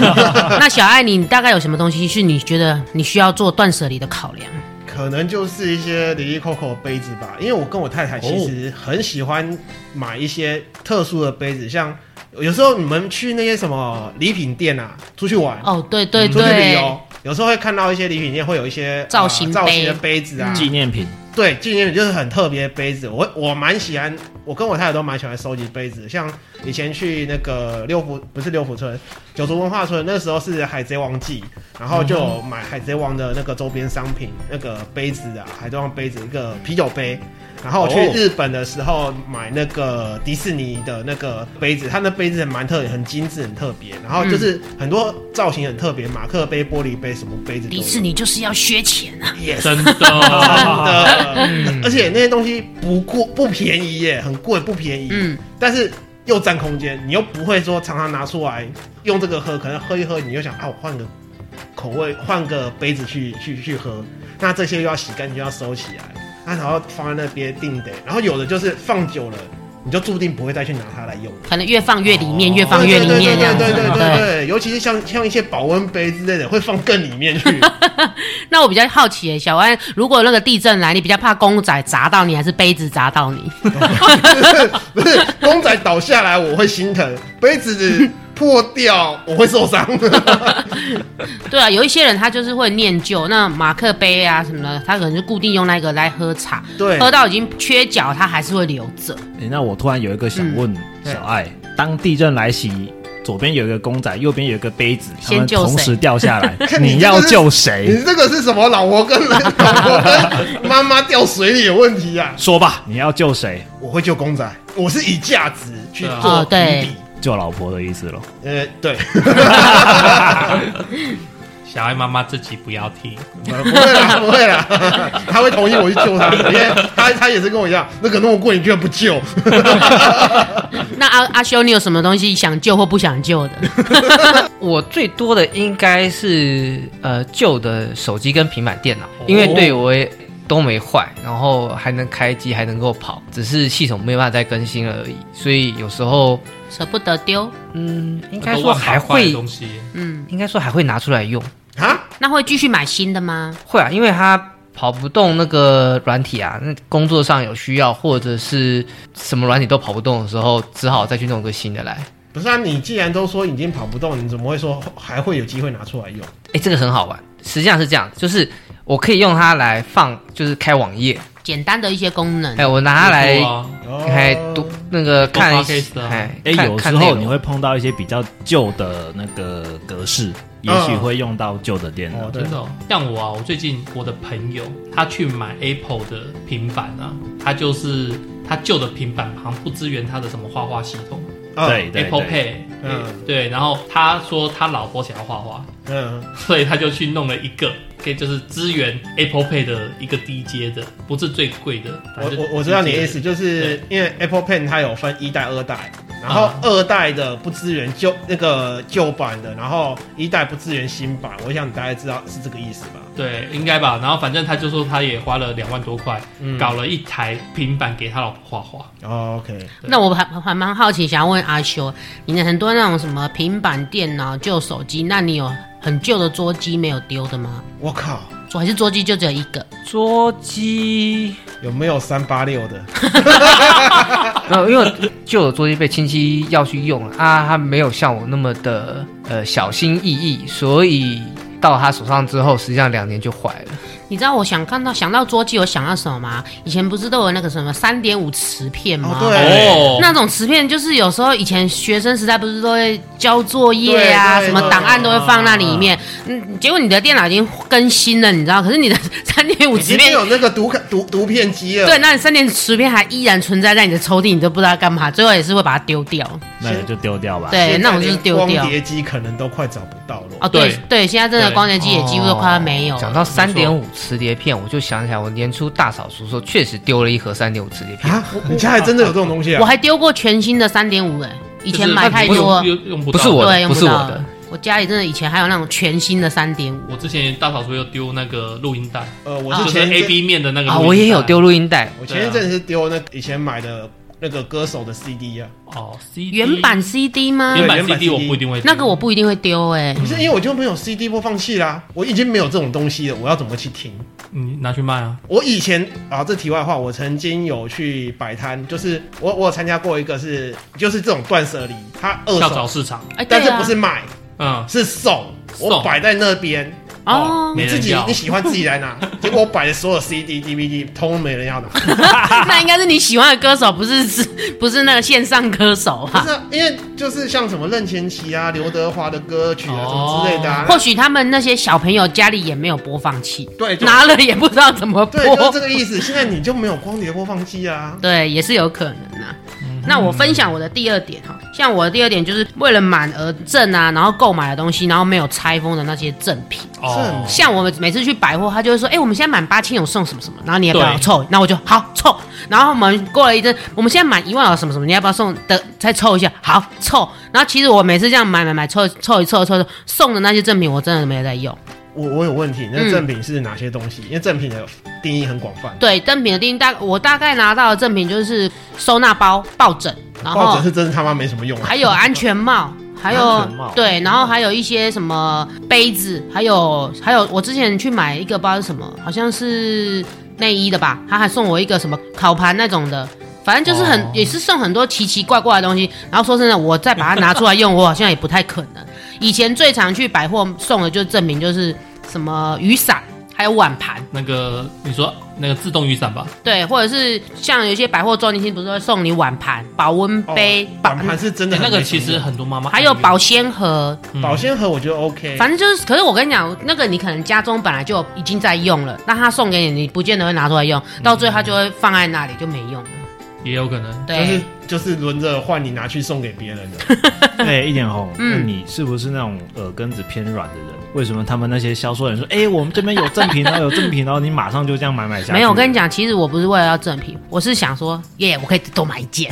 [SPEAKER 5] 那小爱，你大概有什么东西是你觉得你需要做断舍离的考量？
[SPEAKER 1] 可能就是一些离离扣扣的杯子吧，因为我跟我太太其实很喜欢买一些特殊的杯子，像有时候你们去那些什么礼品店啊，出去玩，
[SPEAKER 5] 哦，对对
[SPEAKER 1] 出去旅
[SPEAKER 5] 对，
[SPEAKER 1] 游，有时候会看到一些礼品店会有一些呃
[SPEAKER 5] 造型杯
[SPEAKER 1] 造型的杯子啊，
[SPEAKER 2] 纪念品，
[SPEAKER 1] 对，纪念品就是很特别的杯子，我我蛮喜欢，我跟我太太都蛮喜欢收集杯子。像以前去那个六福，不是六福村，九族文化村，那时候是海贼王季，然后就有买海贼王的那个周边商品，那个杯子啊，海贼王杯子一个啤酒杯。然后我去
[SPEAKER 2] 哦
[SPEAKER 1] 日本的时候买那个迪士尼的那个杯子，它那杯子蛮特别，很精致，很特别。然后就是很多造型很特别，马克杯、玻璃杯什么杯子都有。
[SPEAKER 5] 迪士尼就是要削钱啊。
[SPEAKER 1] 也
[SPEAKER 3] 真
[SPEAKER 1] 真
[SPEAKER 3] 的。
[SPEAKER 1] 的，而且那些东西不过不便宜耶，很贵不便宜，
[SPEAKER 5] 嗯，
[SPEAKER 1] 但是又占空间，你又不会说常常拿出来用这个喝，可能喝一喝你又想啊，我换个口味，换个杯子去去去喝。那这些又要洗干净，又要收起来，那然后放在那边定得。然后有的就是放久了，你就注定不会再去拿它来用了。
[SPEAKER 5] 可能越放越里面，
[SPEAKER 2] 哦
[SPEAKER 5] 越放越里面这样子
[SPEAKER 1] 对对对。对对
[SPEAKER 5] 对，
[SPEAKER 1] 对，尤其是像像一些保温杯之类的，会放更里面去。
[SPEAKER 5] 那我比较好奇耶，小安，如果那个地震来，你比较怕公仔砸到你，还是杯子砸到你？
[SPEAKER 1] 不是公仔倒下来我会心疼，杯子破掉我会受伤。
[SPEAKER 5] 对啊，有一些人他就是会念旧，那马克杯啊什么的，他可能就固定用那个来喝茶，
[SPEAKER 1] 对
[SPEAKER 5] 喝到已经缺角，他还是会留着。
[SPEAKER 2] 诶那我突然有一个想问
[SPEAKER 1] 嗯对
[SPEAKER 2] 小爱，当地震来袭，左边有一个公仔，右边有一个杯子，他
[SPEAKER 5] 先
[SPEAKER 2] 们
[SPEAKER 5] 救
[SPEAKER 2] 同
[SPEAKER 5] 谁
[SPEAKER 2] 时掉下来
[SPEAKER 1] ，看你
[SPEAKER 2] 你
[SPEAKER 1] 这个
[SPEAKER 2] 要
[SPEAKER 1] 是
[SPEAKER 2] 救
[SPEAKER 1] 你
[SPEAKER 2] 谁？
[SPEAKER 1] 这个是什么？老婆跟老婆跟妈妈掉水里有问题啊！
[SPEAKER 2] 说吧，你要救谁？
[SPEAKER 1] 我会救公仔，我是以价值去
[SPEAKER 3] 对啊
[SPEAKER 1] 做
[SPEAKER 5] 哦对
[SPEAKER 1] 评比。
[SPEAKER 2] 救老婆的意思咯。
[SPEAKER 1] 呃，对，
[SPEAKER 3] 小爱妈妈自己不要听，
[SPEAKER 1] 不会啦，不会啦，他会同意我去救他，因为他他也是跟我一样，那个那么贵，你居然不救？
[SPEAKER 5] 那阿阿修，你有什么东西想救或不想救的？
[SPEAKER 4] 我最多的应该是呃旧的手机跟平板电脑
[SPEAKER 3] 哦，
[SPEAKER 4] 因为对我也都没坏，然后还能开机，还能够跑，只是系统没有办法再更新了而已。所以有时候，
[SPEAKER 5] 舍不得丢，
[SPEAKER 4] 嗯，应该
[SPEAKER 3] 都
[SPEAKER 4] 说
[SPEAKER 3] 忘
[SPEAKER 4] 还
[SPEAKER 3] 还坏的
[SPEAKER 4] 会，
[SPEAKER 3] 东西，
[SPEAKER 5] 嗯，
[SPEAKER 4] 应该说还会拿出来用。
[SPEAKER 1] 啊，
[SPEAKER 5] 那会继续买新的吗？
[SPEAKER 4] 会啊，因为它跑不动那个软体啊，那工作上有需要或者是什么软体都跑不动的时候，只好再去弄个新的来。
[SPEAKER 1] 不是啊，你既然都说已经跑不动，你怎么会说还会有机会拿出来用？
[SPEAKER 4] 哎，这个很好玩。实际上是这样，就是我可以用它来放，就是开网页。
[SPEAKER 5] 简单的一些功能，
[SPEAKER 4] 哎，我拿它来
[SPEAKER 3] 不错啊
[SPEAKER 1] 哦
[SPEAKER 4] 还读那个
[SPEAKER 3] 做
[SPEAKER 4] 看
[SPEAKER 3] podcast 啊
[SPEAKER 4] 哎，
[SPEAKER 2] 哎，
[SPEAKER 4] 看
[SPEAKER 2] 有
[SPEAKER 4] 看
[SPEAKER 2] 时
[SPEAKER 4] 内
[SPEAKER 2] 候
[SPEAKER 4] 容
[SPEAKER 2] 你会碰到一些比较旧的那个格式，也许
[SPEAKER 1] 嗯
[SPEAKER 2] 会用到旧的电脑
[SPEAKER 1] 哦。对
[SPEAKER 3] 真的哦、像我啊，我最近我的朋友他去买 Apple 的平板啊，他就是他旧的平板好像不支援他的什么画画系统
[SPEAKER 1] 啊
[SPEAKER 2] 对对
[SPEAKER 3] Apple
[SPEAKER 2] 对，
[SPEAKER 3] Pay，
[SPEAKER 1] 嗯
[SPEAKER 3] 嗯，对，然后他说他老婆想要画画，
[SPEAKER 1] 嗯，
[SPEAKER 3] 所以他就去弄了一个可以就是支援 Apple Pay 的一个低阶的，不是最贵的。
[SPEAKER 1] 我我我知道你的意思，
[SPEAKER 3] 思，
[SPEAKER 1] 就是因为 Apple Pen 它有分一代、二代，然后二代的不支援旧那个旧版的，然后一代不支援新版。我想你大概知道是这个意思吧？
[SPEAKER 3] 对，应该吧。然后反正他就说他也花了两万多块，
[SPEAKER 1] 嗯
[SPEAKER 3] 搞了一台平板给他老婆画画。
[SPEAKER 1] 哦，OK，
[SPEAKER 5] 那我还还蛮好奇，想要问阿修，你的很多那种什么平板电脑、旧手机，那你有很旧的桌机没有丢的吗？
[SPEAKER 1] 我靠，
[SPEAKER 5] 我还是桌机就只有一个，
[SPEAKER 4] 捉鸡。
[SPEAKER 1] 有没有三八六的？
[SPEAKER 4] 然后因为旧的桌机被亲戚要去用了啊，他没有像我那么的呃小心翼翼，所以到他手上之后，实际上两年就坏了。
[SPEAKER 5] 你知道我想看到想到桌机，我想到什么吗？以前不是都有那个什么三点五磁片吗？
[SPEAKER 1] 哦对
[SPEAKER 3] 哦，
[SPEAKER 5] 那种磁片就是有时候以前学生时代不是都会交作业啊，
[SPEAKER 1] 对对
[SPEAKER 5] 什么档案都会放那里
[SPEAKER 2] 嗯
[SPEAKER 5] 面。嗯，结果你的电脑已经更新了，你知道，可是你的 三点五
[SPEAKER 1] 已
[SPEAKER 5] 磁
[SPEAKER 1] 经
[SPEAKER 5] 片
[SPEAKER 1] 有那个读卡读读片机了。
[SPEAKER 5] 对，那你三点磁片还依然存在在你的抽屉，你都不知道干嘛，最后也是会把它丢掉。
[SPEAKER 2] 那也就丢掉吧。
[SPEAKER 5] 对，
[SPEAKER 1] 现
[SPEAKER 5] 那
[SPEAKER 1] 在
[SPEAKER 5] 种就是
[SPEAKER 1] 连
[SPEAKER 5] 丢掉
[SPEAKER 1] 光。碟机可能都快找不到了。
[SPEAKER 5] 哦，对
[SPEAKER 3] 对
[SPEAKER 5] 对，现在真的
[SPEAKER 3] 对
[SPEAKER 5] 光碟机也几乎都快要没有
[SPEAKER 4] 哦
[SPEAKER 5] 了。
[SPEAKER 4] 讲到三
[SPEAKER 3] 没
[SPEAKER 4] 点
[SPEAKER 3] 错
[SPEAKER 4] 五磁碟片，我就想起来，我年初大扫除的时候确实丢了一盒三点五磁碟片。
[SPEAKER 1] 啊，你家还真的有这种东西
[SPEAKER 5] 我
[SPEAKER 1] 啊？
[SPEAKER 5] 还丢过全新的三点五哎，以前买太多，
[SPEAKER 3] 就是用用不
[SPEAKER 4] 不
[SPEAKER 3] 到
[SPEAKER 4] 是我的
[SPEAKER 5] 对，用
[SPEAKER 4] 不是我
[SPEAKER 5] 到
[SPEAKER 4] 的。
[SPEAKER 5] 我家里真的以前还有那种全新的三点五，
[SPEAKER 3] 我之前大扫除又丢那个录音带，
[SPEAKER 1] 呃，我
[SPEAKER 5] 啊
[SPEAKER 1] 是
[SPEAKER 3] 就是
[SPEAKER 1] 前一
[SPEAKER 3] A
[SPEAKER 1] 阵
[SPEAKER 3] B 面的那个
[SPEAKER 4] 啊，
[SPEAKER 3] 录音
[SPEAKER 4] 我也有
[SPEAKER 3] 带
[SPEAKER 4] 丢录音带，
[SPEAKER 1] 我前一阵是丢那以前买的那个歌手的 CD 啊，
[SPEAKER 3] 哦，CD
[SPEAKER 5] 原版 CD 吗？
[SPEAKER 3] 原
[SPEAKER 1] 对
[SPEAKER 3] 版
[SPEAKER 1] 原版
[SPEAKER 3] CD 我
[SPEAKER 1] CD
[SPEAKER 3] 不一定会丢
[SPEAKER 5] 那个我不一定会丢哎、
[SPEAKER 1] 不是因为我就没有 CD 播放器啦，我已经没有这种东西了，我要怎么去听？
[SPEAKER 3] 你拿去卖啊，
[SPEAKER 1] 我以前啊，这题外话，我曾经有去摆摊，就是我我有参加过一个是就是这种断舍离，它二
[SPEAKER 3] 跳
[SPEAKER 1] 手，
[SPEAKER 3] 蚤市场，
[SPEAKER 5] 哎，对
[SPEAKER 1] 但是
[SPEAKER 5] 啊
[SPEAKER 1] 不是买
[SPEAKER 3] 嗯，
[SPEAKER 1] 是送，我
[SPEAKER 3] 送
[SPEAKER 1] 摆在那边，
[SPEAKER 5] 哦，
[SPEAKER 3] 没
[SPEAKER 1] 你自
[SPEAKER 3] 人
[SPEAKER 1] 己
[SPEAKER 3] 要
[SPEAKER 1] 你喜欢自己来 拿，结果我摆的所有 CD、DVD 通通没人要拿，不
[SPEAKER 5] 那应该是你喜欢的歌手，不是是不是那个线上歌手啊？
[SPEAKER 1] 是啊、因为就是像什么任贤齐啊、刘德华的歌曲啊什么之类的啊，
[SPEAKER 3] 哦
[SPEAKER 5] 或许他们那些小朋友家里也没有播放器，
[SPEAKER 1] 对就
[SPEAKER 5] 拿了也不知道怎么播
[SPEAKER 1] 对，，就是这个意思。现在你就没有光碟播放机啊，
[SPEAKER 5] 对，也是有可能啊。那我分享我的第二点哈，像我的第二点就是为了满额赠啊，然后购买的东西，然后没有拆封的那些赠品。
[SPEAKER 3] 哦，
[SPEAKER 5] 像我们每次去百货，他就会说：“哎、我们现在满八千有送什么什么，然后你要不要
[SPEAKER 3] 对
[SPEAKER 5] 凑？”那我就好凑。然后我们过了一阵，我们现在满一万有什么什么，你要不要送的再凑一下？好凑。然后其实我每次这样买买买凑凑一凑凑一凑送的那些赠品，我真的没有在用。
[SPEAKER 1] 我我有问题，那
[SPEAKER 5] 嗯
[SPEAKER 1] 赠品是哪些东西？因为赠品的定义很广泛，
[SPEAKER 5] 对赠品的定义大，我大概拿到的赠品就是收纳包、抱枕，然
[SPEAKER 1] 抱
[SPEAKER 5] 后
[SPEAKER 1] 枕是真的他妈没什么用啊。
[SPEAKER 5] 还有安全帽，还有
[SPEAKER 2] 安全帽
[SPEAKER 5] 对，然后还有一些什么杯子，还有还有我之前去买一个不知道是什么，好像是内衣的吧，他还送我一个什么烤盘那种的。反正就是很、
[SPEAKER 3] 哦
[SPEAKER 5] 也是送很多奇奇怪怪的东西，然后说真的，我再把它拿出来用，我好像也不太可能。 以前最常去百货送的就是证明就是什么雨伞，还有碗盘，
[SPEAKER 3] 那个你说那个自动雨伞吧，
[SPEAKER 5] 对，或者是像有一些百货周年庆不是会送你碗盘、保温杯、
[SPEAKER 2] 哦
[SPEAKER 5] 保
[SPEAKER 1] 板哦盘是真的
[SPEAKER 3] 哎
[SPEAKER 1] 很
[SPEAKER 3] 那
[SPEAKER 1] 没
[SPEAKER 3] 个
[SPEAKER 1] 什么
[SPEAKER 3] 其实
[SPEAKER 1] 用
[SPEAKER 3] 很多妈妈
[SPEAKER 5] 还有
[SPEAKER 3] 爱用
[SPEAKER 5] 保鲜盒，
[SPEAKER 3] 嗯
[SPEAKER 1] 保鲜盒我觉得 OK，
[SPEAKER 5] 反正就是，可是我跟你讲，那个你可能家中本来就已经在用了，那他送给你，你不见得会拿出来用，到最后他就会放在那里就没用了。
[SPEAKER 3] 嗯也有可能，
[SPEAKER 1] 就是
[SPEAKER 5] 对，
[SPEAKER 1] 就是轮着换你拿去送给别人的。
[SPEAKER 2] 哎，一点红，那
[SPEAKER 5] 嗯
[SPEAKER 2] 你是不是那种耳根子偏软的人？为什么他们那些销售人说，哎，我们这边有赠品哦，有赠品哦，然后你马上就这样买买下去？
[SPEAKER 5] 没有，我跟你讲，其实我不是为了要赠品，我是想说，耶，我可以多买一件。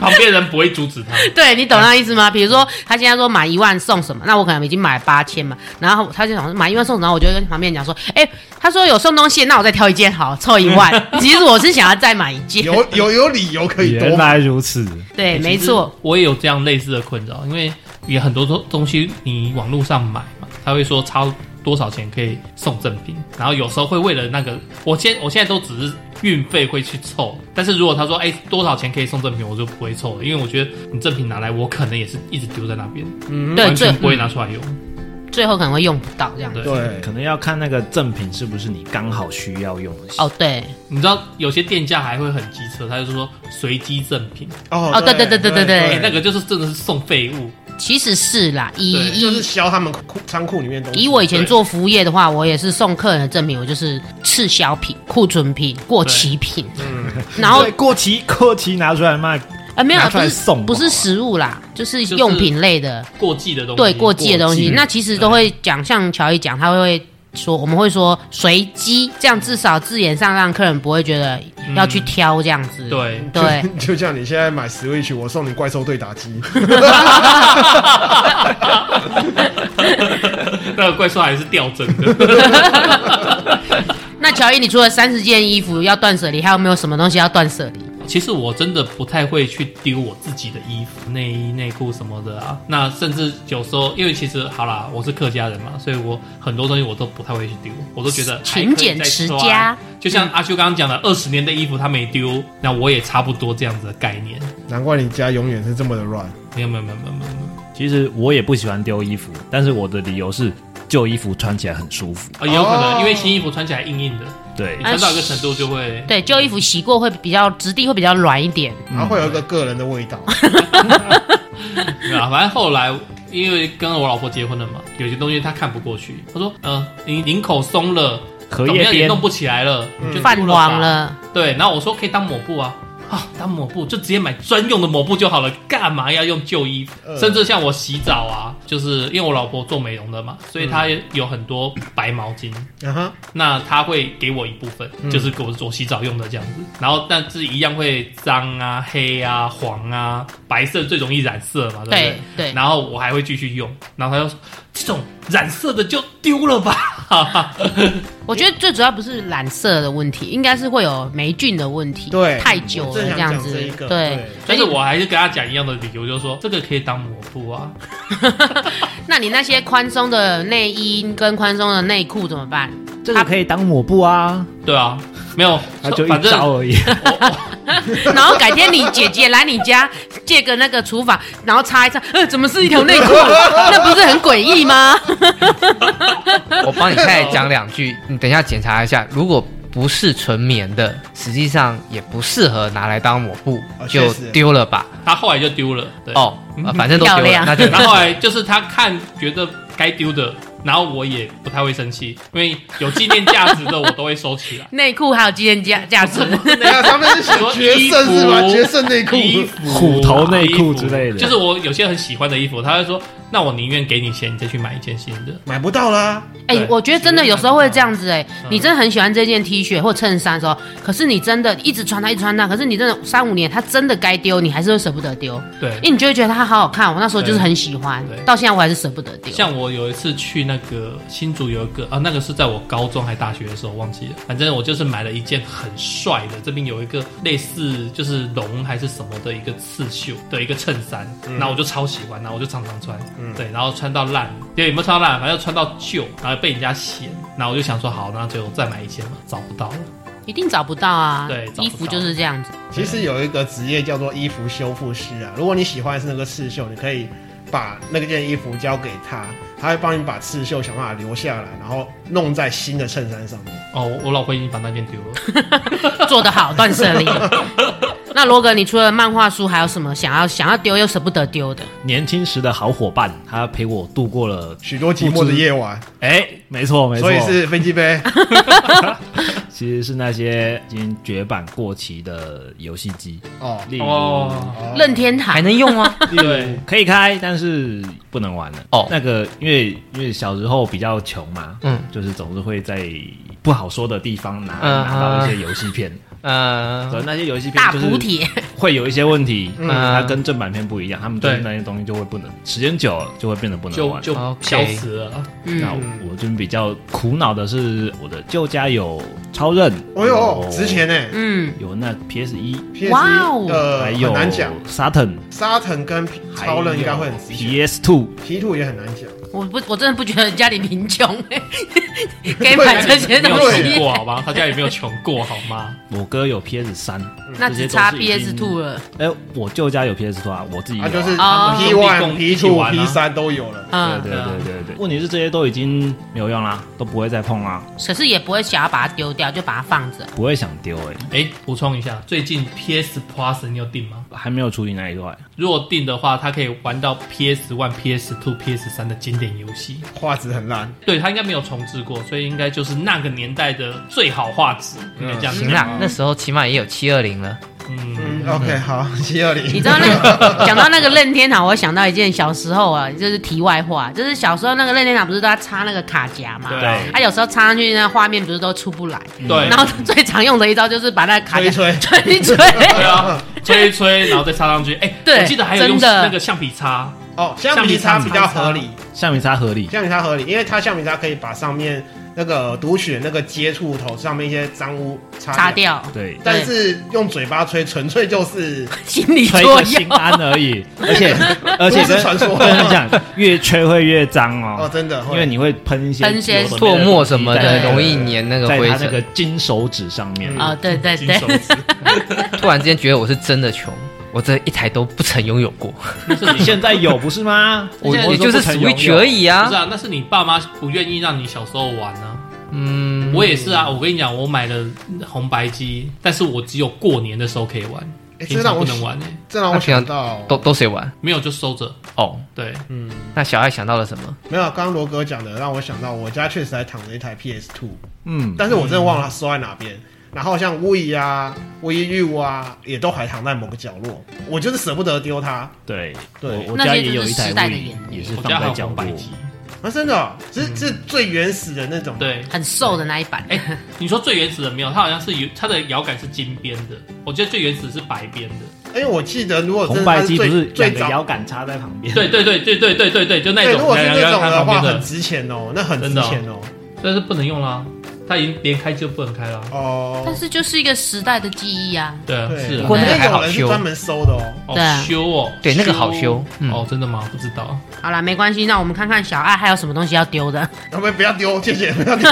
[SPEAKER 3] 旁边人不会阻 止他。
[SPEAKER 5] 对你懂那意思吗？比如说他现在说买一万送什么，那我可能已经买八千嘛，然后他就想说买一万送什么，然后我就跟旁边人讲说，哎、他说有送东西，那我再挑一件好，凑一 万。其实我是想要再买一件。
[SPEAKER 1] 有有有理由可以多
[SPEAKER 2] 原
[SPEAKER 1] 买，
[SPEAKER 2] 来如此，
[SPEAKER 5] 对，
[SPEAKER 3] 欸
[SPEAKER 5] 没错，，
[SPEAKER 3] 其实我也有这样类似的困扰，因为也很多东东西你网络上买嘛，他会说超多少钱可以送赠品，然后有时候会为了那个，我现我现在都只是运费会去凑，但是如果他说哎、多少钱可以送赠品，我就不会凑了，因为我觉得你赠品拿来，我可能也是一直丢在那边，
[SPEAKER 5] 对，嗯
[SPEAKER 3] 完
[SPEAKER 5] 最
[SPEAKER 3] 全不会拿出来用。
[SPEAKER 5] 最后可能会用不到这样。
[SPEAKER 3] 对，
[SPEAKER 1] 对，
[SPEAKER 2] 可能要看那个赠品是不是你刚好需要用的。
[SPEAKER 5] 哦，对，
[SPEAKER 3] 你知道有些店家还会很机车，他就是说随机赠品，
[SPEAKER 1] 哦
[SPEAKER 5] 哦对对对对对
[SPEAKER 3] 哎、那个就是真的是送废物，
[SPEAKER 5] 其实是啦，以
[SPEAKER 3] 对
[SPEAKER 5] 以
[SPEAKER 1] 就是销他们库仓库里面的东西。
[SPEAKER 5] 以我以前做服务业的话，我也是送客人的赠品，我就是滞销品、库存品、过期品， 然后
[SPEAKER 2] 对过期 过期拿出来卖，
[SPEAKER 5] 呃没有
[SPEAKER 2] 拿出
[SPEAKER 5] 不
[SPEAKER 2] 来
[SPEAKER 5] 是
[SPEAKER 2] 送
[SPEAKER 5] 不
[SPEAKER 2] 嘛
[SPEAKER 5] 是食物啦，就是
[SPEAKER 3] 就是
[SPEAKER 5] 用品类的，
[SPEAKER 3] 过季的东西，
[SPEAKER 5] 对过季的东
[SPEAKER 2] 过
[SPEAKER 5] 西
[SPEAKER 2] 季，
[SPEAKER 5] 那其实都会讲，像乔伊讲，他会说我们会说随机，这样至少字眼上让客人不会觉得要去挑这样子，
[SPEAKER 3] 对。
[SPEAKER 5] 对。
[SPEAKER 1] 就，就像你现在买 Switch，我送你怪兽对打 机，
[SPEAKER 3] 那个怪兽还是掉帧的，
[SPEAKER 5] 那乔伊，你除了三十件衣服要断舍离，还有没有什么东西要断舍离？
[SPEAKER 3] 其实我真的不太会去丢我自己的衣服、内衣、内裤什么的啊。那甚至有时候，因为其实好啦，我是客家人嘛，所以我很多东西我都不太会去丢，我都觉得还可以
[SPEAKER 5] 勤俭
[SPEAKER 3] 再
[SPEAKER 5] 持
[SPEAKER 3] 穿
[SPEAKER 5] 家。嗯
[SPEAKER 3] 就像阿修刚刚讲的，二十年的衣服他没丢，那我也差不多这样子的概念。
[SPEAKER 1] 难怪你家永远是这么的乱。
[SPEAKER 3] 没有没有没有没有没有没有
[SPEAKER 2] 其实我也不喜欢丢衣服，但是我的理由是旧衣服穿起来很舒服。
[SPEAKER 3] 啊，也有可能、
[SPEAKER 1] 哦
[SPEAKER 3] 因为新衣服穿起来硬硬的，
[SPEAKER 2] 对
[SPEAKER 5] 啊
[SPEAKER 3] 你，穿到一个程度就会。
[SPEAKER 5] 对，旧衣服洗过会比较质地会比较软一点，
[SPEAKER 1] 然后会有一个个人的 味道。
[SPEAKER 3] 对啊，反正后来因为跟我老婆结婚了嘛，有些东西她看不过去，她说：“嗯、你领口松了，
[SPEAKER 2] 荷
[SPEAKER 3] 怎么
[SPEAKER 2] 叶
[SPEAKER 3] 样也
[SPEAKER 2] 边
[SPEAKER 3] 弄不起来了，
[SPEAKER 1] 嗯
[SPEAKER 3] 就
[SPEAKER 5] 泛
[SPEAKER 3] 丢吧
[SPEAKER 5] 黄。了。
[SPEAKER 3] 对，然后我说可以当抹布啊，啊，当抹布就直接买专用的抹布就好了，干嘛要用旧衣服？
[SPEAKER 1] 呃
[SPEAKER 3] 甚至像我洗澡啊，就是因为我老婆做美容的嘛，所以她有很多白毛巾。
[SPEAKER 1] 啊哈，
[SPEAKER 3] 那她会给我一部分，就是给我做洗澡用的这样子，然后但是一样会脏啊、黑啊、黄啊、白色最容易染色嘛，对不
[SPEAKER 5] 对对，
[SPEAKER 3] 然后我还会继续用，然后他就说这种染色的就丢了吧。
[SPEAKER 5] 我觉得最主要不是染色的问题，应该是会有霉菌的问题，
[SPEAKER 1] 对
[SPEAKER 5] 太久
[SPEAKER 1] 我
[SPEAKER 5] 了
[SPEAKER 1] 正想
[SPEAKER 5] 样
[SPEAKER 1] 讲
[SPEAKER 5] 子
[SPEAKER 1] 这一，个
[SPEAKER 5] 对
[SPEAKER 1] 对。
[SPEAKER 5] 所
[SPEAKER 3] 但
[SPEAKER 5] 以
[SPEAKER 3] 是我还是跟他讲一样的理由，就是说这个可以当抹布啊。
[SPEAKER 5] 那你那些宽松的内衣跟宽松的内裤怎么办？
[SPEAKER 2] 这个可以当抹布啊，
[SPEAKER 3] 对啊，没有
[SPEAKER 2] 它就，
[SPEAKER 3] 反
[SPEAKER 2] 一
[SPEAKER 3] 正
[SPEAKER 2] 招而已。
[SPEAKER 5] 然后改天你姐姐来你家借个那个厨房，然后擦一擦，呃，怎么是一条内裤？ 那不是很诡异吗？
[SPEAKER 4] 我帮你再讲两句，你等一下检查一下，如果不是纯棉的，实际上也不适合拿来当抹布，
[SPEAKER 1] 哦确
[SPEAKER 4] 就
[SPEAKER 1] 实
[SPEAKER 4] 丢了吧。
[SPEAKER 3] 他后来就丢了。对，
[SPEAKER 4] 哦，呃反正都
[SPEAKER 5] 漂
[SPEAKER 4] 丢了
[SPEAKER 5] 亮，。
[SPEAKER 4] 那就
[SPEAKER 3] 然后后来就是他看觉得该丢的，然后我也不太会生气，因为有纪念价值的我都会收起来
[SPEAKER 5] 内裤还有纪念价价值，
[SPEAKER 1] 对啊，上面是写决胜是吧？决胜内裤，
[SPEAKER 3] 衣服、啊
[SPEAKER 2] 虎头内裤之类的
[SPEAKER 3] 衣服啊就是我有些很喜欢的衣服，他会说：“那我宁愿给你钱，你再去买一件新的。
[SPEAKER 1] 买不到啦。
[SPEAKER 5] 哎、
[SPEAKER 3] 对
[SPEAKER 5] 我觉得真的有时候会这样子、哎、
[SPEAKER 3] 嗯
[SPEAKER 5] 你真的很喜欢这件 T 恤或衬衫的时候，可是你真的一直穿它，一直穿它，可是你真的三五年，它真的该丢，你还是会舍不得丢，”
[SPEAKER 3] 对
[SPEAKER 5] 因，为你就会觉得它好好看。我那时候就是很喜欢
[SPEAKER 3] 对对，
[SPEAKER 5] 到现在我还是舍不得丢。
[SPEAKER 3] 像我有一次去那个新竹有一个啊，那个是在我高中还大学的时候忘记了，反正我就是买了一件很帅的，这边有一个类似就是龙还是什么的一个刺绣的一个衬衫，然后我就超喜欢，然后我就常常穿，对，然后穿到烂，对，有没有穿到烂？反正穿到旧，然后被人家嫌，然后我就想说好，那就再买一件嘛，找不到了，
[SPEAKER 5] 一定找不到啊！
[SPEAKER 3] 对找不到
[SPEAKER 5] 衣服就是这样子。
[SPEAKER 1] 其实有一个职业叫做衣服修复师啊，如果你喜欢的是那个刺绣，你可以把那件衣服交给他，他会帮你把刺绣想办法留下来，然后弄在新的衬衫上面。
[SPEAKER 3] 哦，我我老婆已经把那件丢了。
[SPEAKER 5] 做得好，断舍离。那罗哥，你除了漫画书，还有什么想要想要丢又舍不得丢的？
[SPEAKER 2] 年轻时的好伙伴，他陪我度过了
[SPEAKER 1] 许多寂寞的夜晚，
[SPEAKER 2] 哎，没错没错，
[SPEAKER 1] 所以是飞机杯。
[SPEAKER 2] 其实是那些已经绝版过期的游戏机，
[SPEAKER 1] 哦，
[SPEAKER 2] 例如、
[SPEAKER 3] 哦，嗯
[SPEAKER 5] 任天
[SPEAKER 4] 还
[SPEAKER 5] 堂
[SPEAKER 4] 能用吗？
[SPEAKER 3] 对，
[SPEAKER 2] 可以开，但是不能玩了。
[SPEAKER 4] 哦
[SPEAKER 2] 那个因为因为小时候比较穷嘛，
[SPEAKER 4] 嗯，
[SPEAKER 2] 就是总是会在不好说的地方拿、
[SPEAKER 4] 嗯
[SPEAKER 2] 拿到一些游戏片，
[SPEAKER 4] 呃，
[SPEAKER 2] 可那些游戏片
[SPEAKER 5] 大
[SPEAKER 2] 就是
[SPEAKER 5] 补帖，
[SPEAKER 2] 会有一些问题，
[SPEAKER 4] 嗯
[SPEAKER 2] 它跟正版片不一样，他们对
[SPEAKER 3] 对
[SPEAKER 2] 那些东西就会不能，时间久了就会变得不能
[SPEAKER 3] 就
[SPEAKER 2] 玩。
[SPEAKER 3] 就
[SPEAKER 4] OK
[SPEAKER 3] 消失了。
[SPEAKER 2] 那
[SPEAKER 5] 嗯，
[SPEAKER 2] 我就比较苦恼的是，我的旧家有超任，
[SPEAKER 1] 哦呦，
[SPEAKER 2] 有
[SPEAKER 1] 值钱呢、
[SPEAKER 5] 嗯，
[SPEAKER 2] 有那 PS 一，
[SPEAKER 1] PS
[SPEAKER 5] 哇哦
[SPEAKER 1] 呃
[SPEAKER 2] 还
[SPEAKER 1] 很
[SPEAKER 2] 有
[SPEAKER 1] 难讲，
[SPEAKER 2] Saturn，
[SPEAKER 1] 沙腾跟超人应该会很值钱
[SPEAKER 2] PS Two，
[SPEAKER 1] 皮兔也很难讲。
[SPEAKER 5] 我不，我真的不觉得家里贫穷、 可以买这些
[SPEAKER 3] 没
[SPEAKER 5] 东
[SPEAKER 3] 有
[SPEAKER 1] 对
[SPEAKER 3] 穷
[SPEAKER 5] 西，
[SPEAKER 3] 过好吗？他家也没有穷过好吗？
[SPEAKER 2] 我哥有 PS 三，
[SPEAKER 5] 那
[SPEAKER 2] 嗯这
[SPEAKER 5] 只
[SPEAKER 2] 些
[SPEAKER 5] 差
[SPEAKER 2] 都是已经
[SPEAKER 5] PS Two 了。
[SPEAKER 2] 哎，我舅家有 PS 2啊，我自己有
[SPEAKER 1] 啊，
[SPEAKER 2] 啊
[SPEAKER 1] 就是
[SPEAKER 5] 哦
[SPEAKER 1] P
[SPEAKER 3] 兄弟
[SPEAKER 1] one、
[SPEAKER 3] 共
[SPEAKER 1] P
[SPEAKER 3] 一起
[SPEAKER 1] two、
[SPEAKER 3] 玩
[SPEAKER 1] P
[SPEAKER 3] 啊
[SPEAKER 1] 三都有了。
[SPEAKER 4] 啊
[SPEAKER 5] 嗯，
[SPEAKER 2] 对对对对对，问题是这些都已经没有用啦，都不会再碰啦，
[SPEAKER 5] 可是也不会想要把它丢掉，就把它放着。
[SPEAKER 2] 不会想丢哎、
[SPEAKER 3] 哎，补充一下，最近 PS Plus 你有订吗？
[SPEAKER 2] 还没有处理那一块，
[SPEAKER 3] 如果订的话，它可以玩到 PS One、PS Two、PS 三的经典游戏。
[SPEAKER 1] 画质很烂，
[SPEAKER 3] 对，它应该没有重置过，所以应该就是那个年代的最好画质，应该这
[SPEAKER 5] 嗯
[SPEAKER 3] 样
[SPEAKER 4] 行
[SPEAKER 3] 讲。
[SPEAKER 4] 啦，那时候起码也有七二零了。
[SPEAKER 3] 嗯，
[SPEAKER 1] 嗯，OK，好，七二零，
[SPEAKER 5] 你知道那 个讲到那个任天堂，我想到一件小时候啊，就是题外话，就是小时候那个任天堂不是都要插那个卡夹嘛？
[SPEAKER 3] 对啊
[SPEAKER 5] 它、有时候插上去，那画面不是都出不来。
[SPEAKER 2] 嗯
[SPEAKER 3] 对
[SPEAKER 5] 然后最常用的一招就是把那个卡
[SPEAKER 1] 吹
[SPEAKER 5] 夹
[SPEAKER 1] 一吹，
[SPEAKER 5] 吹一吹，
[SPEAKER 3] 对啊，吹一吹，然后再插上去。哎，
[SPEAKER 5] 对
[SPEAKER 3] 我记得还有用
[SPEAKER 5] 真的
[SPEAKER 3] 那个橡皮擦，
[SPEAKER 1] 哦，橡皮擦比较合理，
[SPEAKER 2] 橡皮擦合理，
[SPEAKER 1] 橡皮擦合理，因为它橡皮擦可以把上面那个读取那个接触头上面一些脏污擦
[SPEAKER 5] 擦。掉，
[SPEAKER 2] 对，
[SPEAKER 1] 但是用嘴巴吹，纯粹就是
[SPEAKER 5] 心理
[SPEAKER 2] 吹
[SPEAKER 5] 作
[SPEAKER 2] 个心
[SPEAKER 5] 用。
[SPEAKER 2] 安而 已，而且而且
[SPEAKER 1] 都市传说
[SPEAKER 2] 跟你讲，越吹会越脏
[SPEAKER 1] 哦，
[SPEAKER 2] 哦，
[SPEAKER 1] 真的会，
[SPEAKER 2] 因为你会喷一些
[SPEAKER 5] 喷一些
[SPEAKER 2] 有的没的
[SPEAKER 4] 唾沫什么
[SPEAKER 2] 东
[SPEAKER 4] 的
[SPEAKER 2] 西
[SPEAKER 4] 容易粘那个
[SPEAKER 2] 在
[SPEAKER 4] 灰
[SPEAKER 2] 他那个
[SPEAKER 4] 尘，啊
[SPEAKER 2] 金手指上面，
[SPEAKER 5] 哦，对对
[SPEAKER 3] 金
[SPEAKER 5] 对，
[SPEAKER 3] 手指，
[SPEAKER 4] 突然之间觉得我是真的穷，我这一台都不曾拥有过，
[SPEAKER 2] 你现在有不是 吗？
[SPEAKER 4] 我
[SPEAKER 2] 我
[SPEAKER 4] 我就是 Switch 而。已
[SPEAKER 3] 不
[SPEAKER 4] 啊
[SPEAKER 3] 是。啊，那是你爸妈不愿意让你小时候玩啊。
[SPEAKER 4] 嗯，
[SPEAKER 3] 我也是啊，我跟你讲，我买了红白机，但是我只有过年的时候可以玩，
[SPEAKER 1] 诶这
[SPEAKER 3] 平
[SPEAKER 1] 让
[SPEAKER 3] 常
[SPEAKER 1] 我
[SPEAKER 3] 不能玩诶、欸
[SPEAKER 1] 这让我想到，
[SPEAKER 4] 都都谁玩？
[SPEAKER 3] 没有就收着。
[SPEAKER 4] 哦，
[SPEAKER 3] 对，
[SPEAKER 1] 嗯，
[SPEAKER 4] 那小爱想到了什么？
[SPEAKER 1] 没有，刚刚罗哥讲的让我想到，我家确实还躺着一台 PS Two，
[SPEAKER 2] 嗯，
[SPEAKER 1] 但是我真的忘了它收在哪边。然后像乌衣啊、乌衣玉啊，也都还躺在某个角落，我就是舍不得丢它。
[SPEAKER 2] 对
[SPEAKER 1] 对
[SPEAKER 2] 我我
[SPEAKER 5] 那
[SPEAKER 2] 家
[SPEAKER 5] 些
[SPEAKER 2] 也
[SPEAKER 5] 就
[SPEAKER 2] 有
[SPEAKER 5] 是
[SPEAKER 2] 一
[SPEAKER 5] 时
[SPEAKER 2] 台
[SPEAKER 5] 代的
[SPEAKER 2] Wii，
[SPEAKER 5] 眼泪
[SPEAKER 2] 也是
[SPEAKER 3] 我
[SPEAKER 2] 放
[SPEAKER 3] 家还
[SPEAKER 2] 在
[SPEAKER 3] 有
[SPEAKER 2] 角
[SPEAKER 3] 红白
[SPEAKER 2] 落。
[SPEAKER 3] 机。
[SPEAKER 1] 啊，真的哦、是是最原始的那种。，
[SPEAKER 3] 对，
[SPEAKER 5] 很瘦的那一版，
[SPEAKER 3] 哎、你说最原始的没有，它好像是有它的摇杆是金边的，我觉得最原始是白边的。
[SPEAKER 1] 因为我记得如果真
[SPEAKER 2] 红
[SPEAKER 1] 的它
[SPEAKER 2] 白机不
[SPEAKER 1] 最
[SPEAKER 2] 是
[SPEAKER 1] 最
[SPEAKER 2] 两个摇
[SPEAKER 1] 早，
[SPEAKER 2] 杆插在旁边？
[SPEAKER 3] 对对对对对对对对，就那
[SPEAKER 1] 对，
[SPEAKER 3] 种。哎
[SPEAKER 1] 如果是这种的话，
[SPEAKER 3] 旁边
[SPEAKER 1] 很
[SPEAKER 3] 的，
[SPEAKER 1] 值钱哦，那很值钱哦。
[SPEAKER 3] 但是不能用啦，它已经连开机都不能开啦。
[SPEAKER 1] 哦
[SPEAKER 5] 但，是就是一个时代的记忆啊。
[SPEAKER 3] 对啊，
[SPEAKER 1] 对，
[SPEAKER 3] 是
[SPEAKER 1] 不
[SPEAKER 3] 啊
[SPEAKER 1] 过。
[SPEAKER 4] 那个还
[SPEAKER 1] 那种
[SPEAKER 4] 好
[SPEAKER 1] 人是
[SPEAKER 4] 修
[SPEAKER 1] 专门收的哦。
[SPEAKER 3] 好
[SPEAKER 5] 对啊
[SPEAKER 3] 修哦，
[SPEAKER 4] 对那个好修嗯
[SPEAKER 3] 哦，真的吗？不知道，
[SPEAKER 5] 好啦，没关系，那我们看看小爱还有什么东西要丢的。
[SPEAKER 1] 我们不要丢，谢谢，不要丢。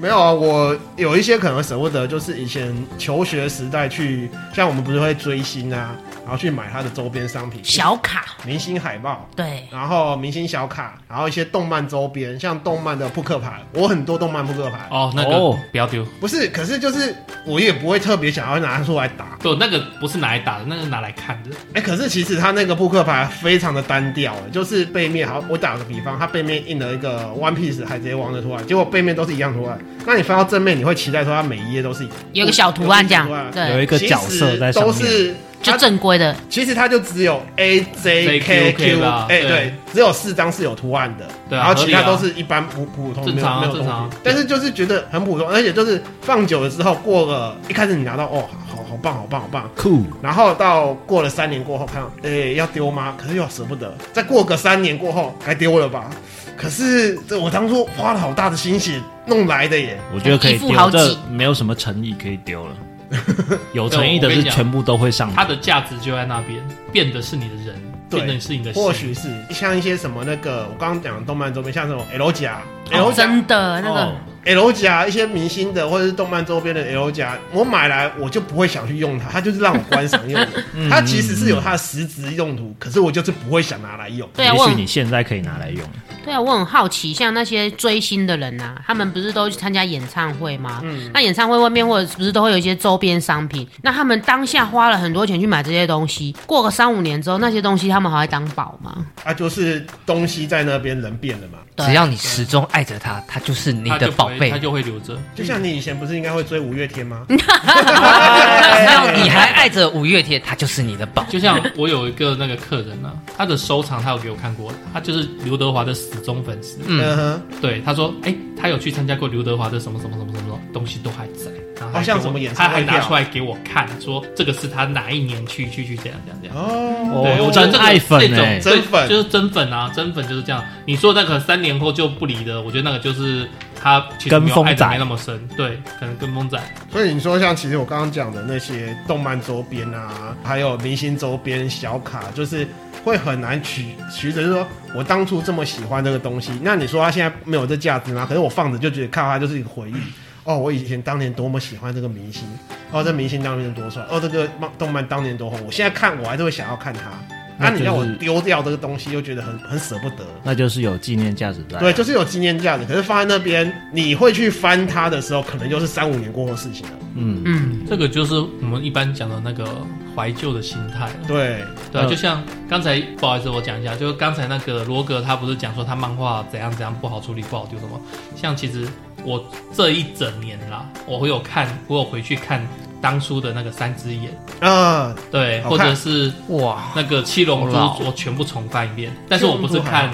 [SPEAKER 1] 没有啊，我有一些可能舍不得，就是以前求学时代去，像我们不是会追星啊，然后去买它的周边商品，
[SPEAKER 5] 小卡，
[SPEAKER 1] 明星海报，
[SPEAKER 5] 对，
[SPEAKER 1] 然后明星小卡，然后一些动漫周边，像动漫的扑克牌，我很多动漫玩扑克牌。
[SPEAKER 3] 哦，那个
[SPEAKER 2] 哦
[SPEAKER 3] 不要丢，
[SPEAKER 1] 不是，可是就是我也不会特别想要拿出来打。
[SPEAKER 3] 对，那个不是拿来打的，那个是拿来看的。
[SPEAKER 1] 哎、可是其实它那个扑克牌非常的单调，欸就是背面好，我打个比方，它背面印了一个 One Piece 海贼王的图案，结果背面都是一样图案。那你翻到正面，你会期待说它每一页都是一
[SPEAKER 5] 有个小图案这样
[SPEAKER 1] 有一个小，图
[SPEAKER 5] 对，
[SPEAKER 2] 有一个角色在上
[SPEAKER 1] 都
[SPEAKER 2] 面，
[SPEAKER 1] 是
[SPEAKER 5] 就
[SPEAKER 1] 它
[SPEAKER 5] 正规的，
[SPEAKER 1] 其实它就只有 A J K
[SPEAKER 3] JQK
[SPEAKER 1] Q，
[SPEAKER 3] 啦
[SPEAKER 1] 哎、
[SPEAKER 3] 对
[SPEAKER 1] 对，只有四张是有图案的，
[SPEAKER 3] 对啊
[SPEAKER 1] 然后其他
[SPEAKER 3] 合理啊
[SPEAKER 1] 都是一般普普通，
[SPEAKER 3] 正
[SPEAKER 1] 没有
[SPEAKER 3] 常啊
[SPEAKER 1] 没有
[SPEAKER 3] 正常啊
[SPEAKER 1] 东西但是就是觉得很普通，而且就是放久了之后，过了一开始你拿到哦，好好好棒，好棒，好棒，
[SPEAKER 2] 酷，
[SPEAKER 1] 然后到过了三年过后，看到哎、要丢吗？可是又舍不得，再过个三年过后该丢了吧？可是这我当初花了好大的心血弄来的耶，
[SPEAKER 2] 我觉得可以
[SPEAKER 5] 一副好
[SPEAKER 2] 丢，
[SPEAKER 5] 几
[SPEAKER 2] 这没有什么诚意可以丢 了。有诚意的
[SPEAKER 3] 对我跟
[SPEAKER 2] 是
[SPEAKER 3] 你讲
[SPEAKER 2] 全部都会上
[SPEAKER 3] 它的价值就在那边，变的是你的人，
[SPEAKER 1] 对
[SPEAKER 3] 变的是你的心。
[SPEAKER 1] 或许是像一些什么那个我刚刚讲的动漫周边，像什么 L 甲、L
[SPEAKER 5] 哦，
[SPEAKER 1] 甲、
[SPEAKER 5] 真的那个
[SPEAKER 2] 哎哦
[SPEAKER 1] L 夹一些明星的或者是动漫周边的 L 夹，我买来我就不会想去用它，它就是让我观赏用 的。
[SPEAKER 3] 嗯
[SPEAKER 1] 它其实是有它的实质用途，可是我就是不会想拿来用。
[SPEAKER 5] 对啊，
[SPEAKER 2] 也
[SPEAKER 5] 我
[SPEAKER 2] 许
[SPEAKER 5] 很
[SPEAKER 2] 你现在可以拿来用。
[SPEAKER 5] 对啊，我很好奇，像那些追星的人呐、他们不是都去参加演唱会吗？
[SPEAKER 2] 嗯
[SPEAKER 5] 那演唱会外面或者不是都会有一些周边商品？那他们当下花了很多钱去买这些东西，过个三五年之后，那些东西他们还会当宝吗？
[SPEAKER 1] 啊，就是东西在那边，人变了嘛。
[SPEAKER 5] 对啊
[SPEAKER 4] 只要你始终爱着它，它就是你
[SPEAKER 3] 它就
[SPEAKER 4] 的
[SPEAKER 3] 不
[SPEAKER 4] 宝
[SPEAKER 3] 会
[SPEAKER 4] 贝
[SPEAKER 3] 它。就会留着。
[SPEAKER 1] 就像你以前不是应该会追五月天吗？
[SPEAKER 2] 嗯
[SPEAKER 4] 只要你还爱着五月天，它就是你的宝。
[SPEAKER 3] 就像我有一个那个客人啊，他的收藏他有给我看过，他就是刘德华的死忠粉丝。
[SPEAKER 1] 嗯哼，
[SPEAKER 3] 对，他说，哎、他有去参加过刘德华的什么什么什么什么什么东西都还在，然后他还
[SPEAKER 1] 哦像
[SPEAKER 3] 给我
[SPEAKER 1] 什么演
[SPEAKER 3] 他还
[SPEAKER 1] 唱会
[SPEAKER 3] 拿
[SPEAKER 1] 票
[SPEAKER 3] 出来给我看，说这个是他哪一年去去去这样这样这样。
[SPEAKER 1] 哦，
[SPEAKER 3] 对，
[SPEAKER 2] 哦
[SPEAKER 3] 我，觉得
[SPEAKER 2] 真
[SPEAKER 3] 这个
[SPEAKER 2] 爱粉
[SPEAKER 3] 这种
[SPEAKER 2] 哎，
[SPEAKER 1] 真粉
[SPEAKER 3] 就是真粉啊，真粉就是这样。你说那个三年后就不理的，我觉得那个就是他其实没
[SPEAKER 2] 跟
[SPEAKER 3] 有
[SPEAKER 2] 风
[SPEAKER 3] 爱的
[SPEAKER 2] 仔
[SPEAKER 3] 没那么深，对，可能跟风仔。
[SPEAKER 1] 所以你说像其实我刚刚讲的那些动漫周边啊，还有明星周边小卡，就是会很难取取舍。就是说我当初这么喜欢这个东西，那你说它现在没有这价值吗？可是我放着就觉得看到它就是一个回忆。哦，我以前当年多么喜欢这个明星，哦，这明星当年多帅，哦，这个漫动漫当年多红，我现在看我还是会想要看它。那
[SPEAKER 2] 那就是
[SPEAKER 1] 你让我丢掉这个东西，又觉得很很舍不得。
[SPEAKER 2] 那就是有纪念价值
[SPEAKER 4] 啊
[SPEAKER 2] 在。啊
[SPEAKER 1] 对，就是有纪念价值，可是放在那边，你会去翻它的时候，可能就是三五年过后的事情了。
[SPEAKER 2] 嗯，
[SPEAKER 5] 嗯，
[SPEAKER 3] 这个就是我们一般讲的那个怀旧的心态了。
[SPEAKER 1] 对，
[SPEAKER 3] 对啊，
[SPEAKER 2] 嗯
[SPEAKER 3] 就像刚才不好意思，我讲一下，就是刚才那个罗格他不是讲说他漫画怎样怎样不好处理、不好丢什么？像其实我这一整年啦，我会有看，我有回去看当初的那个三只眼，
[SPEAKER 1] 啊、
[SPEAKER 3] 对，
[SPEAKER 1] 好
[SPEAKER 3] 或
[SPEAKER 1] 看
[SPEAKER 3] 者是
[SPEAKER 4] 哇，
[SPEAKER 3] 那个七龙珠
[SPEAKER 4] 好老，
[SPEAKER 3] 我全部重翻一遍，但是我不是看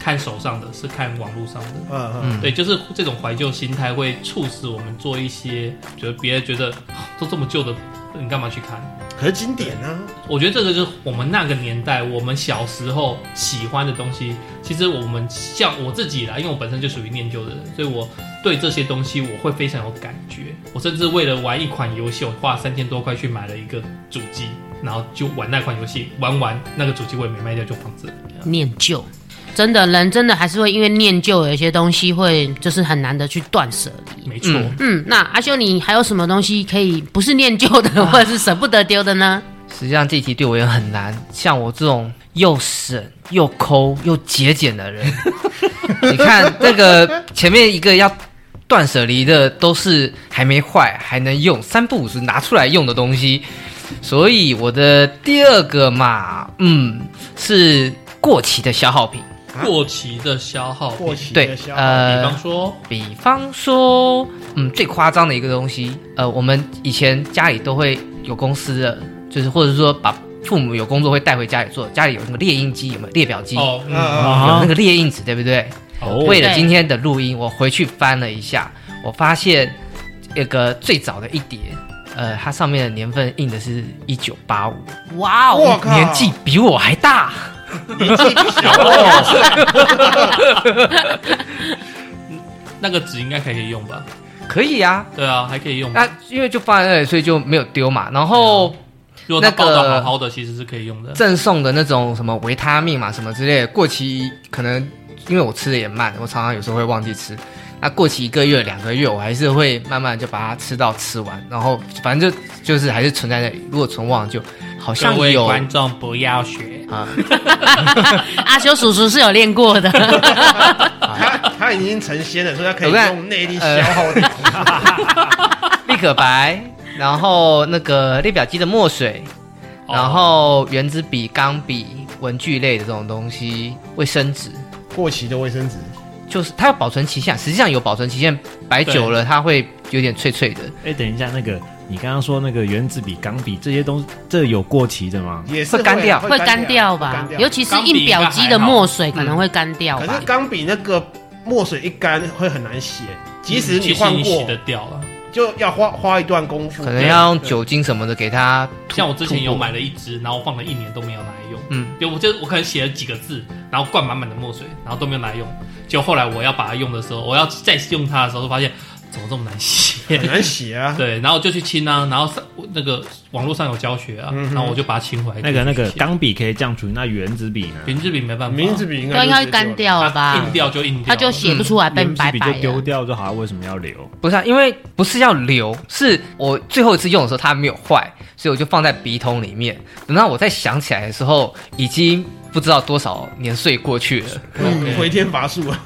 [SPEAKER 3] 看手上的，是看网络上的。
[SPEAKER 1] 嗯嗯，
[SPEAKER 4] 嗯，
[SPEAKER 3] 对，就是这种怀旧心态会促使我们做一些，觉得别人觉得啊都这么旧的，你干嘛去看？
[SPEAKER 1] 可是经典啊，
[SPEAKER 3] 我觉得这个就是我们那个年代，我们小时候喜欢的东西。其实我们像我自己啦，因为我本身就属于念旧的人，所以我对这些东西我会非常有感觉。我甚至为了玩一款游戏，我花三千多块去买了一个主机，然后就玩那款游戏，玩完那个主机我也没卖掉，就放这里。
[SPEAKER 5] 念旧，真的人真的还是会因为念旧，有一些东西会就是很难得去断舍离。
[SPEAKER 3] 没错，
[SPEAKER 5] 嗯，那阿修，你还有什么东西可以不是念旧
[SPEAKER 2] 啊
[SPEAKER 5] 的，或者是舍不得丢的呢？
[SPEAKER 4] 实际上这题对我也很难。像我这种又省又抠又节俭的人，你看那个前面一个要断舍离的，都是还没坏还能用，三不五时拿出来用的东西。所以我的第二个嘛，嗯，是过期的消耗品。
[SPEAKER 1] 啊
[SPEAKER 3] 过期的消耗品，
[SPEAKER 1] 过期
[SPEAKER 4] 对
[SPEAKER 1] 的消，
[SPEAKER 3] 比
[SPEAKER 4] 呃
[SPEAKER 3] 方，说，
[SPEAKER 4] 比方说，嗯，最夸张的一个东西，呃，我们以前家里都会有公司的，就是或者说把父母有工作会带回家里做，家里有那个列印机，有没有列表机？
[SPEAKER 3] 哦，
[SPEAKER 1] 嗯嗯
[SPEAKER 3] 嗯，
[SPEAKER 4] 有那
[SPEAKER 2] 啊，
[SPEAKER 4] 个列印纸，对不对？
[SPEAKER 2] 哦
[SPEAKER 4] 为了今天的录音，我回去翻了一下，我发现那个最早的一叠，呃，它上面的年份印的是一九八五，
[SPEAKER 5] 哇
[SPEAKER 1] 嗯我
[SPEAKER 5] 哦，
[SPEAKER 1] 靠，
[SPEAKER 2] 啊
[SPEAKER 4] 年纪比我还大。
[SPEAKER 3] 那个纸应该可以用吧？
[SPEAKER 4] 可以啊，
[SPEAKER 3] 对啊，还可以用吧。
[SPEAKER 4] 那因为就放在那里，所以就没有丢嘛。然后
[SPEAKER 3] 如果它
[SPEAKER 4] 那个
[SPEAKER 3] 报道好好的，其实是可以用的。
[SPEAKER 4] 赠送的那种什么维他命嘛，什么之类的，过期可能因为我吃的也慢，我常常有时候会忘记吃。那过期一个月、两个月，我还是会慢慢就把它吃到吃完，然后反正就就是还是存在那里。如果存忘，就好像
[SPEAKER 3] 各位
[SPEAKER 4] 有
[SPEAKER 3] 观众不要学，
[SPEAKER 4] 啊
[SPEAKER 5] 阿修叔叔是有练过的，
[SPEAKER 1] 他它已经成仙了，所以它可以
[SPEAKER 4] 我看
[SPEAKER 1] 用内力消耗啊你。
[SPEAKER 4] 立可白，然后那个列表机的墨水，
[SPEAKER 3] 哦
[SPEAKER 4] 然后圆珠笔、钢笔、文具类的这种东西，卫生纸，
[SPEAKER 1] 过期的卫生纸，
[SPEAKER 4] 就是它有保存期限，实际上有保存期限，摆久了它会有点脆脆的。
[SPEAKER 2] 哎，等一下，那个你刚刚说那个原子笔、钢笔这些东西，这有过期的吗？
[SPEAKER 1] 也是
[SPEAKER 4] 会干掉
[SPEAKER 5] 会干掉吧
[SPEAKER 1] 干？掉
[SPEAKER 5] 尤其是印表机的墨水可能会干掉
[SPEAKER 1] 可
[SPEAKER 5] 吧
[SPEAKER 1] 是？钢笔那个墨水一干会很难洗，即
[SPEAKER 4] 嗯
[SPEAKER 1] 使你
[SPEAKER 3] 其
[SPEAKER 1] 换
[SPEAKER 3] 实你洗
[SPEAKER 1] 过，
[SPEAKER 3] 得掉了。
[SPEAKER 1] 就要花花一段功夫。
[SPEAKER 4] 可能要用
[SPEAKER 1] 对
[SPEAKER 4] 酒精什么的给它吐。
[SPEAKER 3] 像我之前有
[SPEAKER 4] 吐过
[SPEAKER 3] 买了一支，然后放了一年都没有拿来用。
[SPEAKER 4] 嗯，
[SPEAKER 3] 就我就我可能写了几个字，然后灌满满的墨水，然后都没有拿来用。就后来我要把它用的时候，我要再用它的时候，就发现怎么这么难写
[SPEAKER 1] 很？难洗 啊。
[SPEAKER 3] 对，然后就去清啊，然后上那个网络上有教学啊，然后我就把它清回来。
[SPEAKER 2] 那个那个
[SPEAKER 1] 啊
[SPEAKER 3] 钢
[SPEAKER 2] 钢笔可以降除，那原子笔呢？
[SPEAKER 3] 圆珠笔没办法，
[SPEAKER 1] 名字笔应
[SPEAKER 5] 对，啊
[SPEAKER 1] 该
[SPEAKER 5] 应
[SPEAKER 1] 就
[SPEAKER 5] 该
[SPEAKER 1] 是
[SPEAKER 5] 会干掉了吧？
[SPEAKER 3] 硬掉就硬掉，啊
[SPEAKER 5] 它就写不出来，变
[SPEAKER 2] 原子
[SPEAKER 5] 白
[SPEAKER 2] 笔
[SPEAKER 5] 啊白
[SPEAKER 2] 就丢
[SPEAKER 5] 的。
[SPEAKER 2] 掉就好，为什么要留？
[SPEAKER 4] 不是、啊，因为不是要留，是我最后一次用的时候它没有坏，所以我就放在笔筒里面。等到我再想起来的时候，已经不知道多少年岁过去了。
[SPEAKER 1] 嗯回回天乏术啊。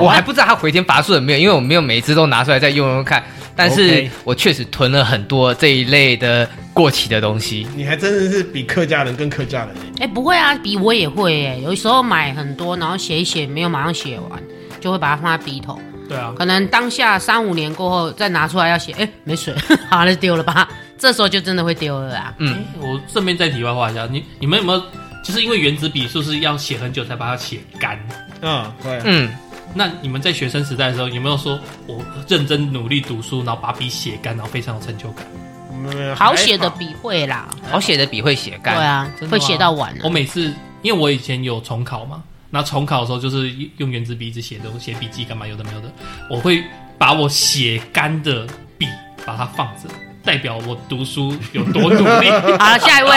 [SPEAKER 4] 我还不知道它回天乏术有没有，因为我没有每一只都拿出来再用用看。但是
[SPEAKER 2] OK
[SPEAKER 4] 我确实囤了很多这一类的过期的东西。
[SPEAKER 1] 你还真的是比客家人更客家人欸。
[SPEAKER 5] 哎、不会啊，笔我也会哎、有时候买很多，然后写一写，没有马上写完，就会把它放在笔筒。
[SPEAKER 3] 对啊，
[SPEAKER 5] 可能当下三五年过后再拿出来要写，哎、没水， 好，那就丢了吧。这时候就真的会丢了啦。
[SPEAKER 4] 嗯，
[SPEAKER 3] 欸我顺便再题外话一下，你你们有没有就是因为原子笔是不是要写很久才把它写干？
[SPEAKER 1] 嗯，对啊。
[SPEAKER 4] 嗯，
[SPEAKER 3] 那你们在学生时代的时候有没有说我认真努力读书，然后把笔写干，然后非常有成就感？
[SPEAKER 1] 嗯
[SPEAKER 5] 好写的笔会啦，
[SPEAKER 4] 好写的笔会写
[SPEAKER 5] 对
[SPEAKER 4] 干。
[SPEAKER 5] 啊
[SPEAKER 3] 真的，吗
[SPEAKER 5] 会写到晚啊
[SPEAKER 3] 我。每次因为我以前有重考嘛，那重考的时候就是用原子笔一直写东西、写笔记干嘛，有的没有的，我会把我写干的笔把它放着。代表我读书有多努力，
[SPEAKER 5] 好了，下一位。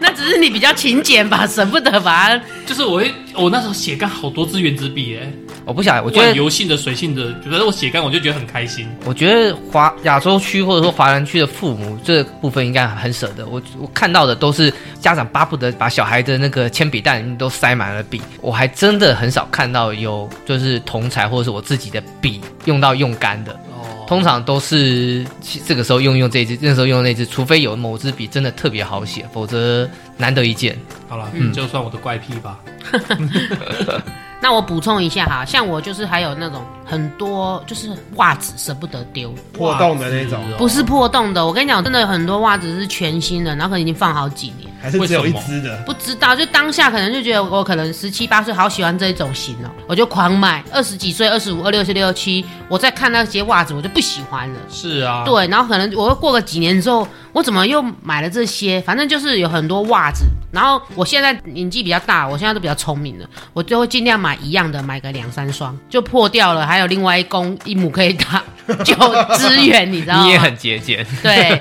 [SPEAKER 5] 那只是你比较勤俭吧，舍不得把它。
[SPEAKER 3] 就是我会，我那时候写干好多支原子笔哎、
[SPEAKER 4] 我不晓得，我
[SPEAKER 3] 我
[SPEAKER 4] 觉
[SPEAKER 3] 觉得
[SPEAKER 4] 得，
[SPEAKER 3] 油性的、水性的，反正我写干我就觉得很开心。
[SPEAKER 4] 我觉得华亚洲区或者说华人区的父母这部分应该很舍得。我我看到的都是家长巴不得把小孩的那个铅笔袋里面都塞满了笔，我还真的很少看到有就是同才或者是我自己的笔用到用干的。
[SPEAKER 3] 哦，
[SPEAKER 4] 通常都是这个时候用用这一支，那时候用那支，除非有某支笔真的特别好写，否则难得一见。
[SPEAKER 3] 好了，
[SPEAKER 1] 嗯
[SPEAKER 3] 就算我的怪癖吧。
[SPEAKER 5] 那我补充一下哈，像我就是还有那种很多就是袜子舍不得丢，
[SPEAKER 1] 破洞的那
[SPEAKER 3] 啊
[SPEAKER 1] 种，
[SPEAKER 5] 不是破洞的。我跟你讲，真的很多袜子是全新的，然后可能已经放好几年。
[SPEAKER 1] 还是只有一只的。
[SPEAKER 5] 不知道，就当下可能就觉得我可能十七八岁好喜欢这一种型哦，我就狂买。二十几岁、二十五、二六、十六、七，我再看那些袜子，我就不喜欢了。
[SPEAKER 3] 是啊，
[SPEAKER 5] 对，然后可能我又过个几年之后，我怎么又买了这些？反正就是有很多袜子。然后我现在年纪比较大，我现在都比较聪明了，我就会尽量买一样的，买个两三双，就破掉了，还有另外一公一母可以打，就支援，你知道吗？
[SPEAKER 4] 你也 很节俭，
[SPEAKER 5] 对，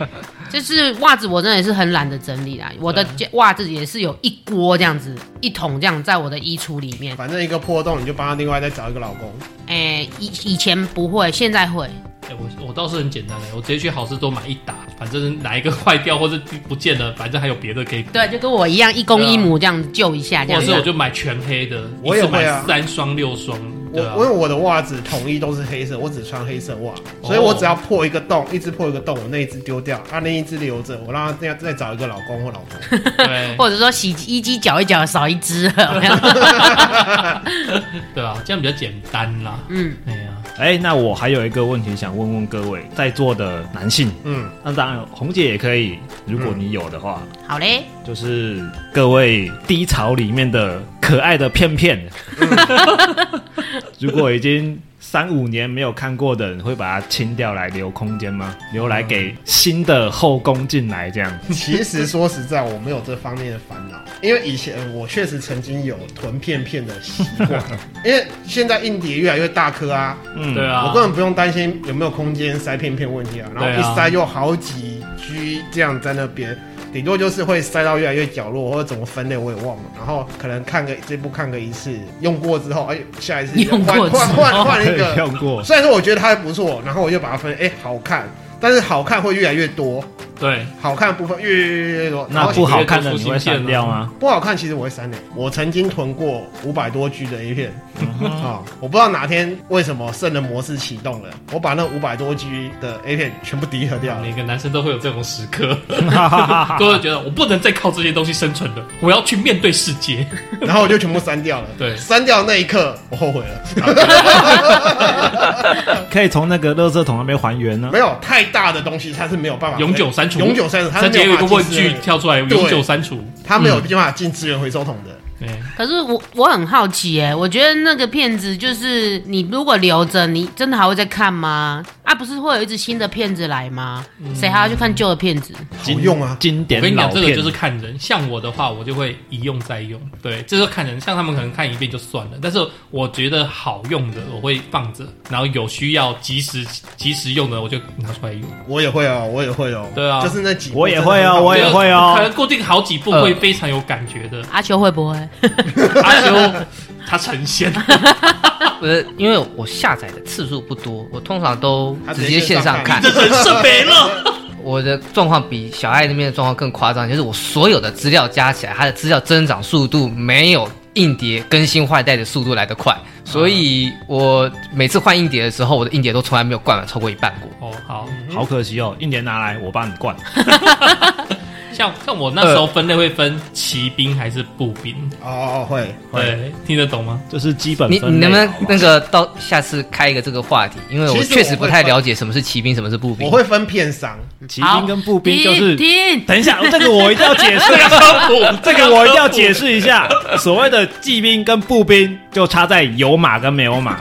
[SPEAKER 5] 就是袜子，我真的也是很懒得整理啦。我的袜子也是有一锅这样子，一桶这样在我的衣橱里面。
[SPEAKER 1] 反正一个破洞，你就帮他另外再找一个老公。
[SPEAKER 5] 哎、以以前不会，现在会。
[SPEAKER 3] 哎我我倒是很简单的，欸我直接去好事多买一打，反正哪一个坏掉或者不见了，反正还有别的可以。
[SPEAKER 5] 对，就跟我一样，一公一母这样救一下这
[SPEAKER 3] 或
[SPEAKER 5] 样
[SPEAKER 3] 者是啊我
[SPEAKER 5] 子。
[SPEAKER 3] 就买全黑的，
[SPEAKER 1] 我
[SPEAKER 3] 一
[SPEAKER 1] 也
[SPEAKER 3] 次
[SPEAKER 1] 会
[SPEAKER 3] 买
[SPEAKER 1] 啊
[SPEAKER 3] 三双六双，
[SPEAKER 1] 我
[SPEAKER 3] 对啊
[SPEAKER 1] 我，有我的袜子统一都是黑色，我只穿黑色袜，所以
[SPEAKER 3] 哦
[SPEAKER 1] 我只要破一个洞，一只破一个洞，我那一只丢掉，啊，另一只留着，我让它再再找一个老公或老婆。
[SPEAKER 3] 对
[SPEAKER 5] 或者说洗衣机搅一搅，少一只 了。有没有
[SPEAKER 3] 对啊，这样比较简单啦。
[SPEAKER 5] 嗯，
[SPEAKER 3] 哎呀，
[SPEAKER 2] 哎，那我还有一个问题想问问各位在座的男性，
[SPEAKER 1] 嗯，
[SPEAKER 2] 那当然红姐也可以，如果你有的话，
[SPEAKER 5] 好嘞，
[SPEAKER 2] 就是各位低潮里面的可爱的片片， 如果已经三五年没有看过的，你会把它清掉来留空间吗？留来给新的后宫进来这样？
[SPEAKER 1] 其实说实在，我没有这方面的烦恼，因为以前呃我确实曾经有囤片片的习惯，因为现在硬碟越来越大颗啊，
[SPEAKER 2] 嗯
[SPEAKER 3] 对，啊，
[SPEAKER 1] 我根本不用担心有没有空间塞片片问题啊，然后
[SPEAKER 3] 对啊
[SPEAKER 1] 一塞就好几 G 这样在那边，顶多就是会塞到越来越角落，或者怎么分类我也忘了。然后可能看个这部看个一次，用过之后，哎，下一次
[SPEAKER 5] 用过
[SPEAKER 1] 换换
[SPEAKER 5] 之后
[SPEAKER 1] 换换一
[SPEAKER 2] 跳
[SPEAKER 1] 个。
[SPEAKER 2] 过。
[SPEAKER 1] 虽然说我觉得它还不错，然后我就把它分，哎，好看，但是好看会越来越多，
[SPEAKER 3] 对，
[SPEAKER 1] 好看的部分越越越越越多，然
[SPEAKER 2] 那
[SPEAKER 1] 后
[SPEAKER 2] 不好看的你会删掉 吗？
[SPEAKER 1] 不好看，其实我会删的。我曾经囤过五百多 G 的 A 片，
[SPEAKER 3] 嗯
[SPEAKER 1] 啊、我不知道哪天为什么圣人模式启动了，我把那五百多 G 的 A 片全部 delete 掉了。
[SPEAKER 3] 每个男生都会有这种时刻，
[SPEAKER 1] 啊
[SPEAKER 3] 都会觉得我不能再靠这些东西生存了，我要去面对世界。
[SPEAKER 1] 然后我就全部删掉了。
[SPEAKER 3] 对嗯
[SPEAKER 1] 删掉那一刻，我后悔了。
[SPEAKER 2] 可以从那个垃圾桶那边还原呢
[SPEAKER 1] 没。有太大的东西，它是没有办法
[SPEAKER 3] 永久删除
[SPEAKER 1] 啊永久删除，它
[SPEAKER 3] 它
[SPEAKER 1] 是
[SPEAKER 3] 直接
[SPEAKER 1] 没
[SPEAKER 3] 有
[SPEAKER 1] 有
[SPEAKER 3] 一个
[SPEAKER 1] 办法
[SPEAKER 3] 问
[SPEAKER 1] 进资
[SPEAKER 3] 句
[SPEAKER 1] 源的
[SPEAKER 3] 跳嗯出来，
[SPEAKER 1] 对
[SPEAKER 3] 永久删除。哎
[SPEAKER 1] 它没有办法进资源回收桶的。
[SPEAKER 3] 对，
[SPEAKER 5] 可是我我很好奇哎，我觉得那个片子就是你如果留着，你真的还会再看吗？啊，不是会有一支新的片子来吗？
[SPEAKER 2] 嗯
[SPEAKER 5] 谁还要去看旧的片子？
[SPEAKER 1] 好用啊！
[SPEAKER 2] 经
[SPEAKER 3] 我跟
[SPEAKER 2] 典
[SPEAKER 3] 你
[SPEAKER 2] 老
[SPEAKER 3] 讲，这个
[SPEAKER 2] 片
[SPEAKER 3] 就是看人。像我的话，我就会一用再用。对，这就看人。像他们可能看一遍就算了，但是我觉得好用的，我会放着，然后有需要及时及时用的，我就拿出来用。
[SPEAKER 1] 我也会哦，我也会哦。
[SPEAKER 3] 对啊
[SPEAKER 1] 就是那几部
[SPEAKER 2] 我也
[SPEAKER 1] 真
[SPEAKER 2] 会哦
[SPEAKER 1] 的很好
[SPEAKER 2] 我也
[SPEAKER 4] 啊
[SPEAKER 2] 会哦
[SPEAKER 3] 可能固定好几部会非常有感觉的。
[SPEAKER 5] 阿秋会不会？
[SPEAKER 3] 阿 修他成仙，
[SPEAKER 4] 不是因为我下载的次数不多，我通常都
[SPEAKER 1] 他直
[SPEAKER 4] 直
[SPEAKER 1] 接
[SPEAKER 4] 接线上
[SPEAKER 1] 线上
[SPEAKER 4] 看
[SPEAKER 1] 看。
[SPEAKER 3] 这人设没了。
[SPEAKER 4] 我的状况比小爱那边的状况更夸张，就是我所有的资料加起来，它的资料增长速度没有硬碟更新换代的速度来得快，所以我每次换硬碟的时候，我的硬碟都从来没有灌满超过一半过。
[SPEAKER 3] 哦，好，
[SPEAKER 2] 好可惜哦，硬碟拿来我帮你灌。
[SPEAKER 3] 像像我那时候分类会分骑兵还是步兵，
[SPEAKER 1] 哦哦会
[SPEAKER 4] 呃
[SPEAKER 1] 会。
[SPEAKER 3] 对，听得懂吗？
[SPEAKER 2] 这是基本
[SPEAKER 4] 你
[SPEAKER 2] 分类
[SPEAKER 4] 你能不能
[SPEAKER 2] 好不好
[SPEAKER 4] 那个到下次开一个这个话题？因为我
[SPEAKER 1] 其实我
[SPEAKER 4] 确实不太
[SPEAKER 1] 会分
[SPEAKER 4] 了解什么是骑兵，什么是步兵。
[SPEAKER 1] 我会分片商，
[SPEAKER 2] 骑兵跟步兵就是
[SPEAKER 5] 停停，
[SPEAKER 2] 等一下，这个我一定要解 释， 这个我一定要解释一下。所谓的骑兵跟步兵，就差在有马跟没 有马。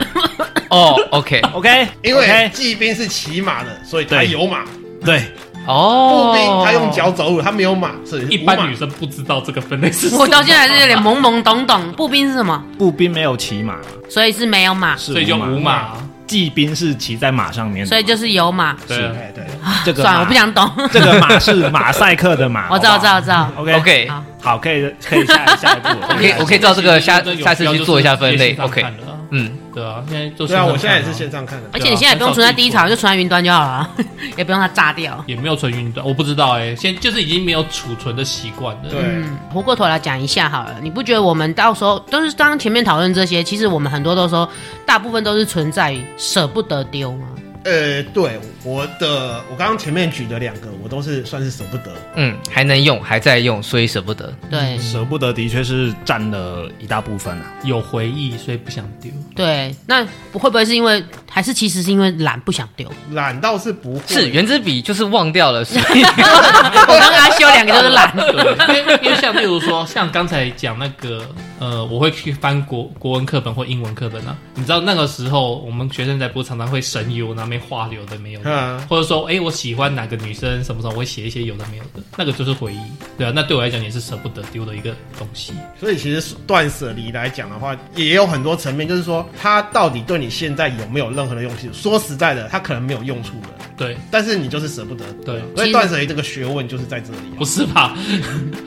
[SPEAKER 4] 哦，OK，
[SPEAKER 2] OK，
[SPEAKER 1] 因为
[SPEAKER 2] OK，
[SPEAKER 1] 骑兵是骑马的，所以他
[SPEAKER 2] 对
[SPEAKER 1] 有马；
[SPEAKER 2] 对，
[SPEAKER 4] 哦，
[SPEAKER 1] 步兵他用脚走路，他没有马，所以
[SPEAKER 3] 一
[SPEAKER 1] 无马
[SPEAKER 3] 般女生不知道这个分类是什么，
[SPEAKER 5] 我到现在还是有点懵懵懂懂。步兵是什么？
[SPEAKER 2] 步兵没有骑马，
[SPEAKER 5] 所以是没有马，
[SPEAKER 2] 是
[SPEAKER 3] 所以就无马。
[SPEAKER 2] 骑兵是骑在马上面的，
[SPEAKER 5] 所以就是有马。
[SPEAKER 3] 对啊，
[SPEAKER 1] 哎对，
[SPEAKER 2] 这个
[SPEAKER 5] 算了，
[SPEAKER 2] 马
[SPEAKER 5] 我不。想懂。
[SPEAKER 2] 这个哦马是马赛克的马，
[SPEAKER 5] 我知道，我知道，我知道。
[SPEAKER 2] OK
[SPEAKER 4] OK
[SPEAKER 5] 好
[SPEAKER 2] 好，可以可以下下一步了。
[SPEAKER 4] 我可以我可以照这个下下次去做一下分类。
[SPEAKER 3] 有必
[SPEAKER 4] OK，
[SPEAKER 3] 要就是直接线上看了啊
[SPEAKER 4] 嗯，
[SPEAKER 3] 对啊，现在就
[SPEAKER 1] 对啊，我现在也是线上看
[SPEAKER 4] 哎
[SPEAKER 1] 的。
[SPEAKER 5] 而且你现在也不用存在第一场，就存在云端就好了， 也不用它炸掉。
[SPEAKER 3] 也没有存云端，我不知道哎，现在就是已经没有储存的习惯了。
[SPEAKER 1] 对，
[SPEAKER 5] 嗯，回过头来讲一下好了，你不觉得我们到时候都是刚刚前面讨论这些，其实我们很多都说，大部分都是存在于舍不得丢吗？
[SPEAKER 1] 呃，对，我的我刚刚前面举的两个，我都是算是舍不得。
[SPEAKER 4] 嗯，还能用，还在用，所以舍不得。
[SPEAKER 1] 嗯
[SPEAKER 5] 对
[SPEAKER 2] 舍不得的确是占了一大部分啊。
[SPEAKER 3] 有回忆，所以不想丢。
[SPEAKER 5] 对，那会不会是因为，还是其实是因为懒不想 丢？
[SPEAKER 1] 懒倒是不会，
[SPEAKER 4] 是原子笔就是忘掉了，所以
[SPEAKER 5] 我刚刚修两个就是 懒，
[SPEAKER 3] 对，因为因为像例如说，像刚才讲那个，呃，我会去翻国国文课本或英文课本啊。你知道那个时候我们学生在不是常常会神游那边画有的没有的，
[SPEAKER 1] 嗯，
[SPEAKER 3] 或者说，哎、我喜欢哪个女生什么什么，我会写一些有的没有的，那个就是回忆，对啊。那对我来讲也是舍不得丢的一个东西。
[SPEAKER 1] 所以其实断舍离来讲的话，也有很多层面，就是说它到底对你现在有没有任何的用处？说实在的，它可能没有用处的，
[SPEAKER 3] 对，
[SPEAKER 1] 但是你就是舍不得。
[SPEAKER 3] 对
[SPEAKER 1] 所
[SPEAKER 5] 其实
[SPEAKER 1] 以断舍离这个学问就是在这里、啊
[SPEAKER 3] 不。是吧？
[SPEAKER 5] 啊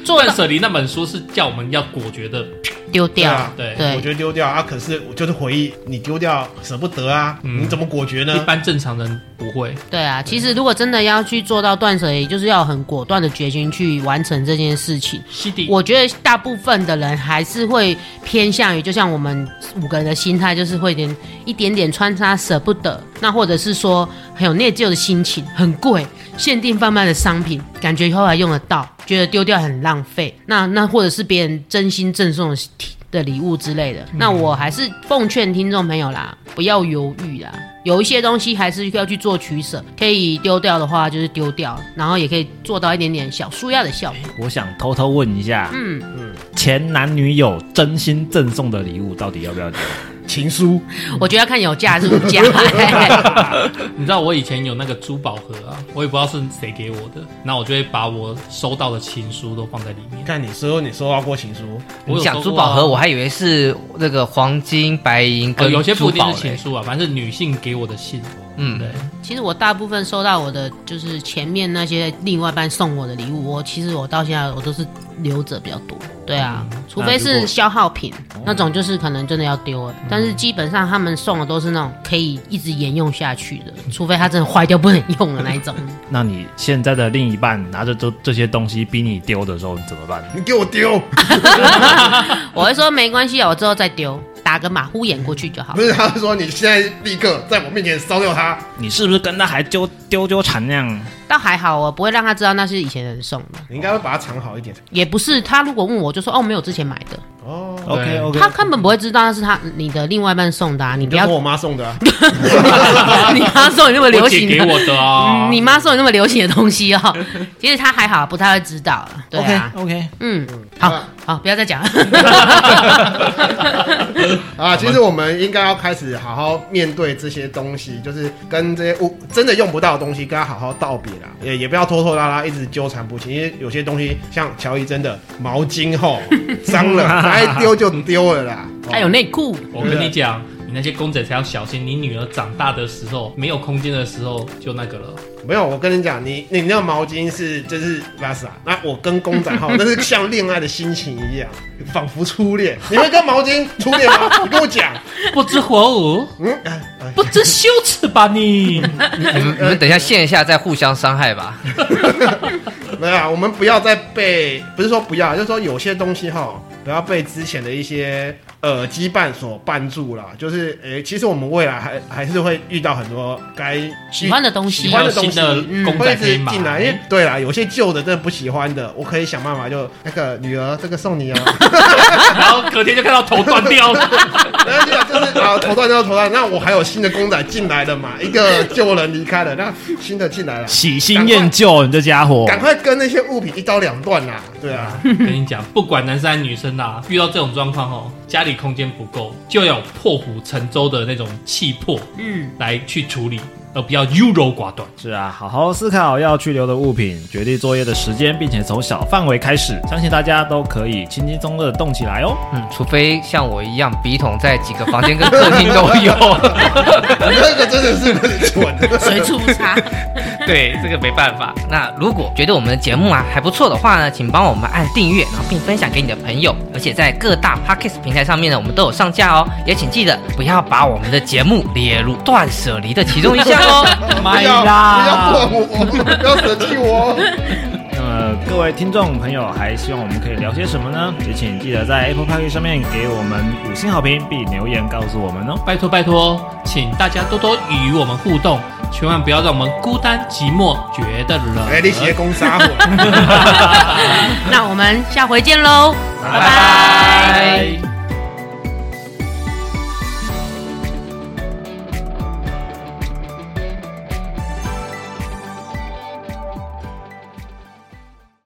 [SPEAKER 3] 断舍离那本书是叫我们要果决的，
[SPEAKER 5] 丢掉。
[SPEAKER 1] 对啊
[SPEAKER 3] 对
[SPEAKER 1] 我觉得丢掉啊，可是我就是回忆，你丢掉舍不得啊，
[SPEAKER 3] 嗯
[SPEAKER 1] 你怎么果决
[SPEAKER 3] 一
[SPEAKER 1] 呢？
[SPEAKER 3] 般正常人不会。
[SPEAKER 5] 对啊，其实如果真的要去做到断舍离，就是要有很果断的决心去完成这件事情。
[SPEAKER 3] 西迪，
[SPEAKER 5] 我觉得大部分的人还是会偏向于，就像我们五个人的心态，就是会有点一点点穿插舍不得，那或者是说很有内疚的心情，很贵，限定贩卖的商品，感觉后来用得到，觉得丢掉很浪费。那 那或者是别人真心赠送的体的礼物之类的，那我还是奉劝听众朋友啦，不要犹豫啦。有一些东西还是要去做取舍，可以丢掉的话就是丢掉，然后也可以做到一点点小舒压的效果。
[SPEAKER 2] 我想偷偷问一下，
[SPEAKER 5] 嗯，
[SPEAKER 2] 前男女友真心赠送的礼物到底要不要丢？
[SPEAKER 1] 情书，
[SPEAKER 5] 我觉得要看有价还是无 价。
[SPEAKER 3] 你知道我以前有那个珠宝盒啊，我也不知道是谁给我的，那我就会把我收到的情书都放在里面。
[SPEAKER 1] 看你说你收到过情书，
[SPEAKER 3] 我
[SPEAKER 4] 你
[SPEAKER 3] 有
[SPEAKER 4] 讲
[SPEAKER 3] 收
[SPEAKER 4] 珠
[SPEAKER 3] 过啊
[SPEAKER 4] 宝盒，我还以为是那个黄金、白银
[SPEAKER 3] 呃
[SPEAKER 4] 跟
[SPEAKER 3] 有些不
[SPEAKER 4] 珠
[SPEAKER 3] 一定
[SPEAKER 4] 宝
[SPEAKER 3] 是情
[SPEAKER 4] 嘞。
[SPEAKER 3] 书啊，反正是女性给我的信。
[SPEAKER 4] 嗯，
[SPEAKER 3] 对，
[SPEAKER 5] 其实我大部分收到我的就是前面那些另外一半送我的礼物，我其实我到现在我都是留着比较多。对啊，除非
[SPEAKER 2] 嗯那如
[SPEAKER 5] 是
[SPEAKER 2] 果哦嗯
[SPEAKER 5] 消耗品那种，就是可能真的要丢了。但是基本上他们送的都是那种可以一直沿用下去的，除非它真的坏掉不能用的那一 种。
[SPEAKER 2] 那你现在的另一半拿着这这些东西逼你丢的时候，你怎么办？
[SPEAKER 1] 你给我丢！
[SPEAKER 5] 我会说没关系啊，我之后再丢，打个马虎眼过去就好
[SPEAKER 1] 不。是，他说你现在立刻在我面前烧掉它。
[SPEAKER 2] 你是不是跟他还纠纠纠缠那样？
[SPEAKER 5] 倒还好，我不会让他知道那是以前人送的，
[SPEAKER 1] 你应该会把它藏好一点。
[SPEAKER 5] 也不是他如果问我就说哦没有之前买的，
[SPEAKER 1] 哦，
[SPEAKER 2] OK OK，
[SPEAKER 5] 他根本不会知道那是他你的另外一半送的、啊，你不
[SPEAKER 1] 就
[SPEAKER 5] 要
[SPEAKER 1] 跟我妈送的、啊，
[SPEAKER 5] 你妈送你那么流
[SPEAKER 3] 我姐
[SPEAKER 5] 行
[SPEAKER 3] 给
[SPEAKER 5] 的，
[SPEAKER 3] 我的啊，
[SPEAKER 5] 嗯你妈送你那么流行的东西哦。其实她还好，不太会知道了。对啊
[SPEAKER 2] OK，
[SPEAKER 5] 嗯，好好，不要再讲了。
[SPEAKER 1] 啊，其实我们应该要开始好好面对这些东西，就是跟这些物真的用不到的东西，跟他好好道别啦，也也不要拖拖拉拉，一直纠缠不清。因为有些东西像乔伊真的毛巾吼脏了，该丢就丢了啦。哦
[SPEAKER 5] 还有内裤，
[SPEAKER 3] 我跟你讲，你那些公仔才要小心，你女儿长大的时候没有空间的时候就那个了。
[SPEAKER 1] 没有，我跟你讲，你你那个毛巾是就是拉萨，那我跟公仔号那是像恋爱的心情一样，仿佛初恋。你会跟毛巾初恋吗？你跟我讲，
[SPEAKER 3] 不知火舞，
[SPEAKER 1] 嗯，哎哎
[SPEAKER 3] 不知羞耻吧你？
[SPEAKER 4] 你们你们等一下线下再互相伤害吧。
[SPEAKER 1] 没有啊，我们不要再被，不是说不要，就是说有些东西哈，不要被之前的一些呃羁绊所绊住了。就是诶、其实我们未来还还是会遇到很多该
[SPEAKER 5] 喜欢的东西
[SPEAKER 1] 喜欢的东
[SPEAKER 3] 新的
[SPEAKER 1] 西。嗯
[SPEAKER 3] 公
[SPEAKER 1] 会一
[SPEAKER 3] 仔可
[SPEAKER 1] 直
[SPEAKER 3] 以买
[SPEAKER 1] 进来，因为对啦，有些旧的真的不喜欢的，我可以想办法就那个女儿，这个送 你哦、
[SPEAKER 3] 然后隔天就看到头断掉了。
[SPEAKER 1] 然后就就是啊，头段就头段，那我还有新的公仔进来了嘛，一个旧人离开了，那新的进来 了，
[SPEAKER 2] 喜新厌旧，你这家伙。
[SPEAKER 1] 赶快跟那些物品一刀两断啦，对 啊。
[SPEAKER 3] 跟你讲，不管男生还是女生啊，遇到这种状况哦，家里空间不够，就要有破釜沉舟的那种气魄
[SPEAKER 5] 嗯，
[SPEAKER 3] 来去处理，而不要优柔寡断。
[SPEAKER 2] 是啊，好好思考要去留的物品，决定作业的时间，并且从小范围开始，相信大家都可以轻轻松松的动起来哦。
[SPEAKER 4] 嗯，除非像我一样，笔筒在几个房间跟客厅都有。
[SPEAKER 1] 你这个真的是有点蠢。
[SPEAKER 5] 随处不差。
[SPEAKER 4] 对，这个没办法。那如果觉得我们的节目啊还不错的话呢，请帮我们按订阅，然后并分享给你的朋友。而且在各大 podcast 平台上面呢，我们都有上架哦。也请记得不要把我们的节目列入断舍离的其中一项哦。
[SPEAKER 1] 不要不要管我，不要舍弃我。
[SPEAKER 2] 那么各位听众朋友，还希望我们可以聊些什么呢？也请记得在 Apple Park 上面给我们五星好评，并留言告诉我们哦。
[SPEAKER 3] 拜托拜托，请大家多多与我们互动，千万不要让我们孤单寂寞觉得冷。
[SPEAKER 1] 哎，你邪攻杀我。
[SPEAKER 5] 那我们下回见喽，
[SPEAKER 4] 拜拜
[SPEAKER 3] 拜